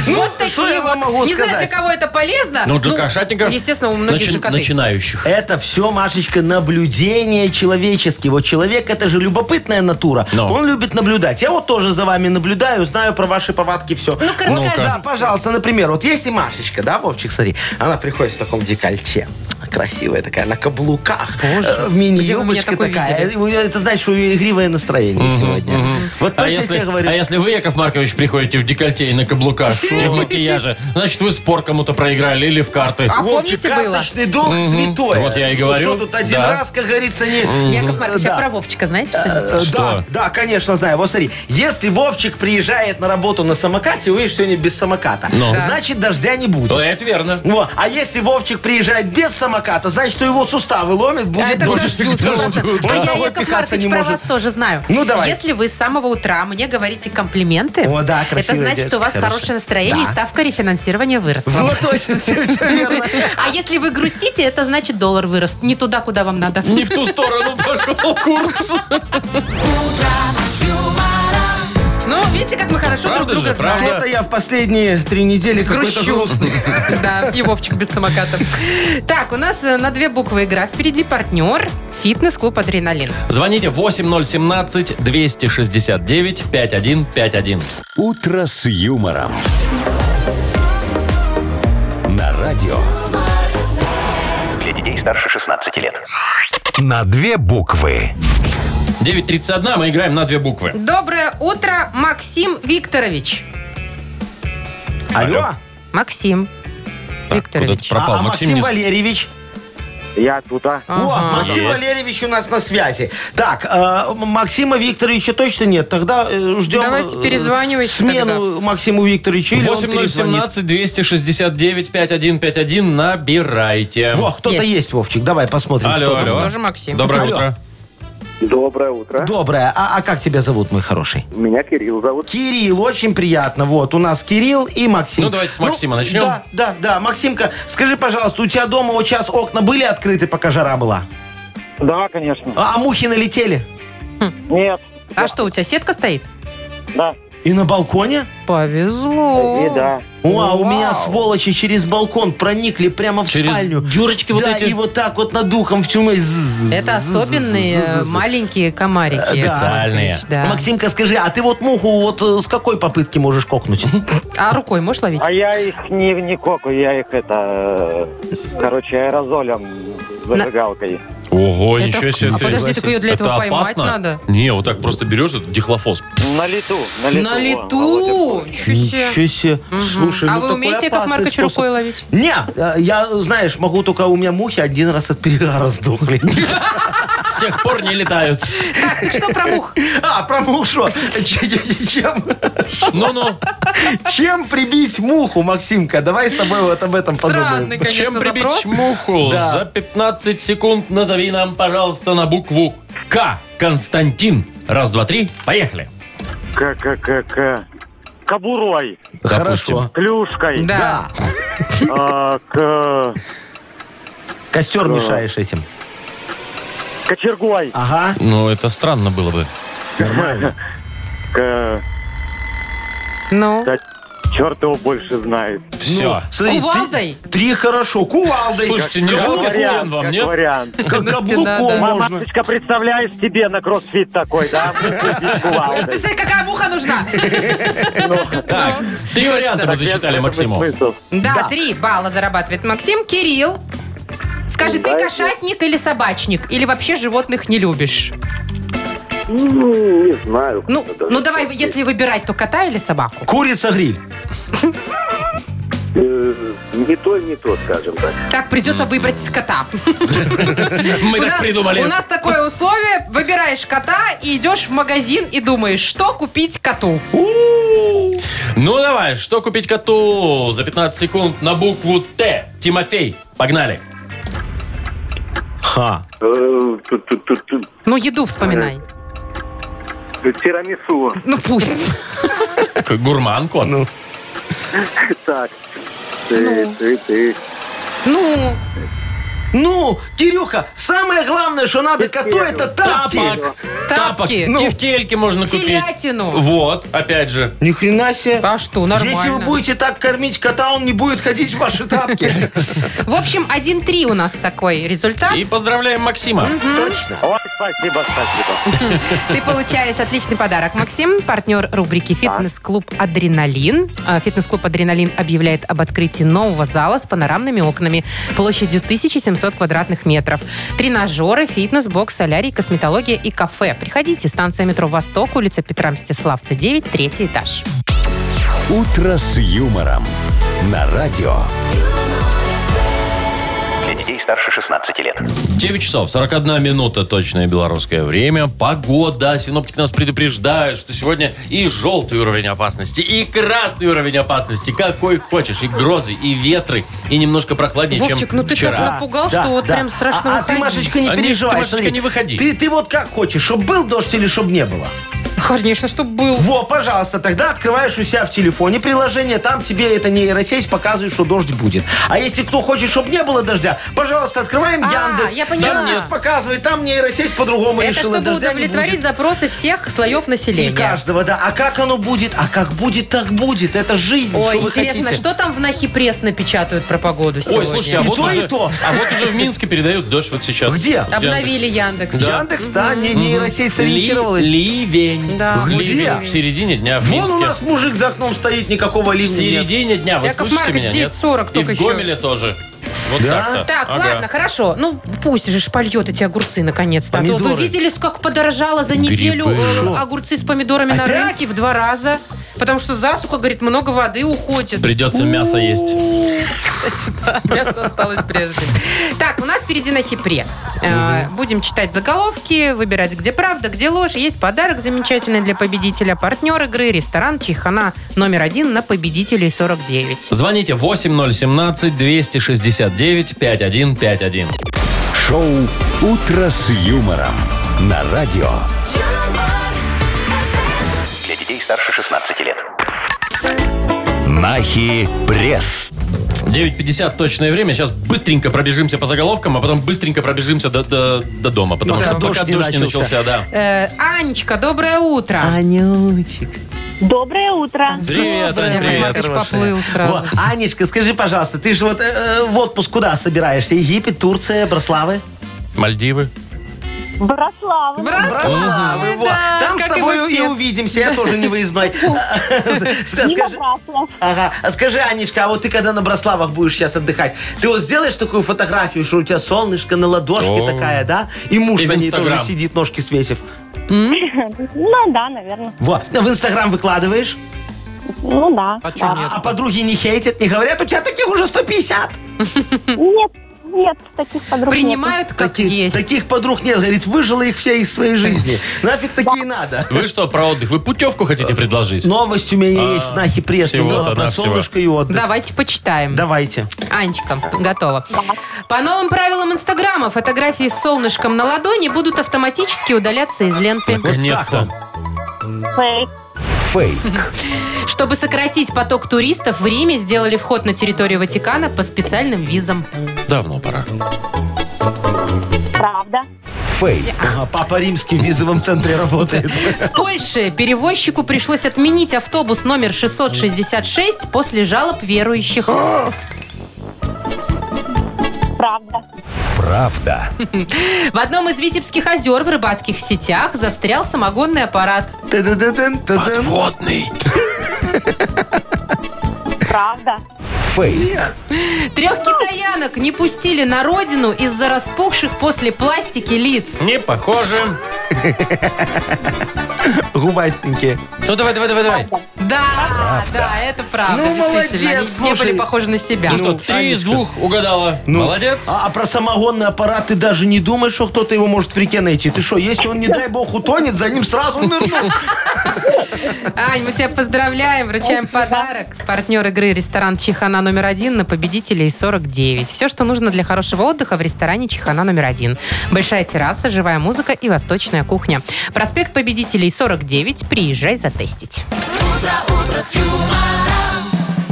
Вот Ну, что такие я вам вот. могу Не знаю, для сказать? кого это А, полезно. Ну, для кошатников, Естественно, у многих начи- же коты. начинающих. Это все, Машечка, наблюдение человеческие. Вот человек, это же любопытная натура. Но. Он любит наблюдать. Я вот тоже за вами наблюдаю, знаю про ваши повадки все. Ну-ка, Вот, расскажите. Да, пожалуйста, например, вот если Машечка, да, Вовчик, смотри, она приходит в таком декольте, красивая такая, на каблуках, э, в Где вы меня мини-юбочке такой такая. видели? У нее- Это значит, что у нее игривое настроение сегодня. Вот А точно я если, тебе говорю. а если вы, Яков Маркович, приходите в декольте и на каблуках, и в макияже, значит, вы спор кому-то проиграли или в карты. А Вовчик, помните было? карточный долг святой. Вот я и Ну, говорю. Что тут один Да. раз, как говорится, не... Яков Маркович, а Да. про Вовчика знаете что-нибудь? Э, Что? Да, да, конечно, знаю. Вот смотри, если Вовчик приезжает на работу на самокате, увидишь сегодня без самоката, Ну. значит дождя не будет. Ну, Это верно. Во, А если Вовчик приезжает без самоката, значит, что его суставы ломит, А будет это к боль. дождю, к дождю. 100%. А Он я, ногой Яков пихаться Маркович, не про может. вас тоже знаю. Ну, давай. Если вы с самого утра мне говорите комплименты, О, да, это красивая значит, что у вас девочка, хорошее настроение и ставка рефинансирования выросла. Вот точно, все, верно. А если вы грустите, это значит доллар вырос. Не туда, куда вам надо. Не в ту сторону пошел курс. Ну, видите, как мы хорошо Правда друг друга же, знаем. правда. Что-то я в последние три недели какой-то Грущу. грустный. [LAUGHS] Да, и Вовчик без самоката. Так, у нас э, на две буквы игра. Впереди партнер фитнес-клуб «Адреналин». Звоните 8017-269-5151. «Утро с юмором». На радио. Для детей старше 16 лет. На две буквы. 9.31, мы играем на две буквы. Доброе утро, Максим Викторович. Алло, Максим куда-то Викторович. про- Пропал а а Максим Максим не- Валерьевич? Я туда. О, Ага. Максим Есть. Валерьевич у нас на связи. Так, э, Максима Викторовича точно нет. Тогда э, ждем Давайте э, перезванивайте смену Максиму Викторовичу. или он перезвонит. 8017-269-5151, набирайте. Во, кто-то есть. Есть. Вовчик. Давай посмотрим. Алло, кто там. алло. Тоже Максим. Доброе Алло. утро. Доброе утро. Доброе. А, а как тебя зовут, мой хороший? Меня Кирилл зовут. Кирилл, очень приятно. Вот, у нас Кирилл и Максим. Ну, давайте с Максима начнем. Да, да, да. Максимка, скажи, пожалуйста, у тебя дома вот сейчас окна были открыты, пока жара была? Да, конечно. А, а мухи налетели? Нет. А что, у тебя сетка стоит? Да. И на балконе? Повезло. И Э, да. О, а у меня, сволочи, через балкон проникли прямо в Через спальню. дюрочки вот да, эти? и вот так вот над духом в тюрьмы. Это особенные маленькие комарики. Да. Специальные. Да. Максимка, скажи, а ты вот муху вот э, с какой попытки можешь кокнуть? А рукой можешь ловить? А я их не, не коку, я их это... э, Короче, аэрозолем, зажигалкой. Ого, Это- ничего себе. а ты. подожди, так ее для Это этого поймать опасно? надо. Не, вот так просто берешь этот дихлофос. На лету. На лету. На лету! Молодец. Ничего себе. Ничего себе. Мгм. Слушай, а ну вы такой умеете, как опасный Маркович, способ. рукой [LAUGHS] ловить? Не, э, я, знаешь, могу только у меня мухи один раз от перегара сдохли. [LAUGHS] С тех пор не летают. Так, ты что про мух? А, про мух шо? Ч- Чем, Ну-ну. чем прибить муху, Максимка? Давай с тобой вот об этом Странный, [LAUGHS] подумаем. конечно, Чем прибить запрос. муху? Да. За 15 секунд назови нам, пожалуйста, на букву К. Константин. Раз, два, три. Поехали. К- к- к- к- Кобурой, Хорошо. клюшкой, Да. Да, а, к- костер мешаешь этим. кочергой, Ага, Ну, это странно было бы. нормально. к Ну, чертову больше знает. Все. Смотри, Кувалдой? Три, три хорошо. Кувалдой. Слушайте, не Как жалко каблуком. Ну, стен вам, нет? [LAUGHS] вариант. Как На каблуком стена, да. можно. Мамочка, представляешь, тебе на кроссфит такой, [LAUGHS] да? Прицепить кувалдой. представляешь, какая муха нужна. Так, Ну, три варианта мы засчитали Максиму. Смысл. Да, три балла зарабатывает Максим. Кирилл, скажи, ты Дальше. кошатник или собачник? Или вообще животных не любишь? Ну, Не знаю. Ну, ну давай, если выбирать, то кота или собаку? Курица гриль. Э, Не то, не то, скажем так. Так, придется выбрать с [LAUGHS] кота. Мы У так нас- У придумали. нас такое условие. Выбираешь кота и идешь в магазин и думаешь, что купить коту. Ну давай, что купить коту за 15 секунд на букву Т? Тимофей, погнали. Ха. Э, ту-ту-ту-ту. Ну, еду вспоминай. Тирамису. [LAUGHS] Ну, пусть. Какой Гурман кот. Ну. Так. Ты, ты, ты. Ну, Ну, Кирюха, самое главное, что надо коту, это тапки. Тапок. Тапок. Тапки. Ну, Тефтельки можно купить. телятину. Вот, опять же. Ни хрена себе. А что, Если вы нормально. будете так кормить кота, он не будет ходить в ваши [LAUGHS] тапки. В общем, 1-3 у нас такой результат. И поздравляем Максима. Ой, спасибо, спасибо. Ты получаешь отличный подарок, Максим. Партнер рубрики «Фитнес-клуб Адреналин». А, Фитнес-клуб «Адреналин» объявляет об открытии нового зала с панорамными окнами площадью 1700 квадратных метров. Тренажеры, фитнес, бокс, солярий, косметология и кафе. Приходите. Станция метро «Восток», улица Петра Мстиславца, 9, третий этаж. «Утро с юмором» на радио. Для детей старше 16 лет. 9 часов 41 минута точное белорусское время. Погода. Синоптик нас предупреждает, что сегодня и желтый уровень опасности, и красный уровень опасности. Какой хочешь. И грозы, и ветры, и немножко прохладнее, Вовчик, чем ну ты так вчера. напугал, Да, что вот да. прям страшно А- А ты, выходить. Машечка, не А не- ты, переживай. Машечка, смотри. не выходи. Ты, ты вот как хочешь, чтобы был дождь или чтобы не было. Конечно, чтобы был. Во, пожалуйста, тогда открываешь у себя в телефоне приложение, там тебе это нейросеть показывает, что дождь будет. А если кто хочет, чтобы не было дождя, пожалуйста, открываем А, Яндекс. я Там поняла. мне показывает, там нейросеть по-другому Это решила. чтобы дождя не удовлетворить будет. запросы всех слоев И населения. каждого, да. А как оно будет? А как будет, так будет. Это жизнь. Ой, что вы интересно, хотите? что там в Нахи Пресс напечатают про погоду сегодня? Ой, слушайте, а И вот, то, и уже, то. а вот уже в Минске передают дождь вот сейчас. Где? Яндекс. Обновили Яндекс. Яндекс, да, не- нейросеть сориентировалась. Ли- ливень. Да. Где? Ливень В середине дня в Вон Минске. у нас мужик за окном стоит, никакого В ливня нет. середине дня, вы Яков слышите Маркович, меня, нет? 9:40 И только в еще. Гомеле тоже. Вот так-то. Так, Ага. ладно, хорошо. Ну, пусть же шпальет эти огурцы наконец-то. А то Помидоры. Вы видели, как подорожало за неделю э, огурцы с помидорами на Опять? рынке в два раза? Потому что засуха, говорит, много воды уходит. [LAUGHS] Придется мясо есть. Кстати, да, мясо осталось прежним. Так, у нас впереди на пресс. Э, Будем читать заголовки, выбирать, где правда, где ложь. Есть подарок замечательный для победителя. Партнер игры, ресторан Чайхана номер один на победителей 49. Звоните 8017-269-5151. Шоу «Утро с юмором» на радио. Для детей старше 16 лет. Нахи пресс. 9.50 точное время. Сейчас быстренько пробежимся по заголовкам, а потом быстренько пробежимся до, до, до дома. Потому Ну, что пока пока дождь не дождь не начался. начался, да. Э, Анечка, доброе утро. А- Анютик. Доброе утро. Привет, Ань, Яков привет. Маркович поплыл сразу. Во, Анечка, скажи, пожалуйста, ты же вот э, э, в отпуск куда собираешься? Египет, Турция, Брославы? Мальдивы. Брослава. Брославы, вот. да, Там с как и вы тобой и все. увидимся, я тоже не выездной. [LAUGHS] С- Не Скажи, Брослав. ага, а скажи, Анечка, а вот ты когда на Брославах будешь сейчас отдыхать, ты вот сделаешь такую фотографию, что у тебя солнышко на ладошке О. такая, да? И муж И в на ней Инстаграм. тоже сидит, ножки свесив. Ну да, наверное. Вот. В Инстаграм выкладываешь, Ну да. А чё да. а подруги не хейтят, не говорят, у тебя таких уже 150. Нет, нет, таких подруг Принимают как Таких- есть. Таких подруг нет, говорит, выжила их все из своей жизни. Нафиг такие надо. Вы что, про отдых? Вы путевку хотите предложить? Новость у меня есть в Нахи Пресс. А, всего-то, Немного да, про всего. солнышко и отдых. Давайте почитаем. Давайте. Анечка, готова. По новым правилам Инстаграма фотографии с солнышком на ладони будут автоматически удаляться из ленты. Наконец-то. нет. Фейк. Фейк. Чтобы сократить поток туристов, в Риме сделали вход на территорию Ватикана по специальным визам. Давно пора. Правда. Фэй. Ага, папа римский в визовом центре работает. В Польше перевозчику пришлось отменить автобус номер 666 после жалоб верующих. Правда. Правда. В одном из витебских озер в рыбацких сетях застрял самогонный аппарат. Подводный. Правда. Фейк. Трех китаянок не пустили на родину из-за распухших после пластики лиц. Не похоже. Губастенькие. Ну, давай, давай, давай, давай. Да, да, это правда, Ну, действительно. молодец, Они не были слушай. похожи на себя. Ну что, три из двух угадала. Молодец. А, а про самогонный аппарат ты даже не думаешь, что кто-то его может в реке найти. Ты что, если он, не дай бог, утонет, за ним сразу нырнул. Ань, мы тебя поздравляем, вручаем подарок. Партнер игры ресторан Чихана номер один на победителей 49. Все, что нужно для хорошего отдыха в ресторане Чихана номер один. Большая терраса, живая музыка и восточная кухня. Проспект победителей 49. Приезжай затестить.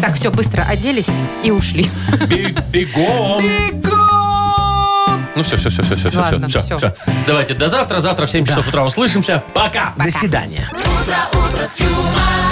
Так, все, быстро оделись и ушли. Бе- Бегом. Ну все, все, все, все, все, все, Ладно, все, всё. все. Давайте до завтра. Завтра в 7 часов утра услышимся. Пока. До свидания. Утро, утро с юмором.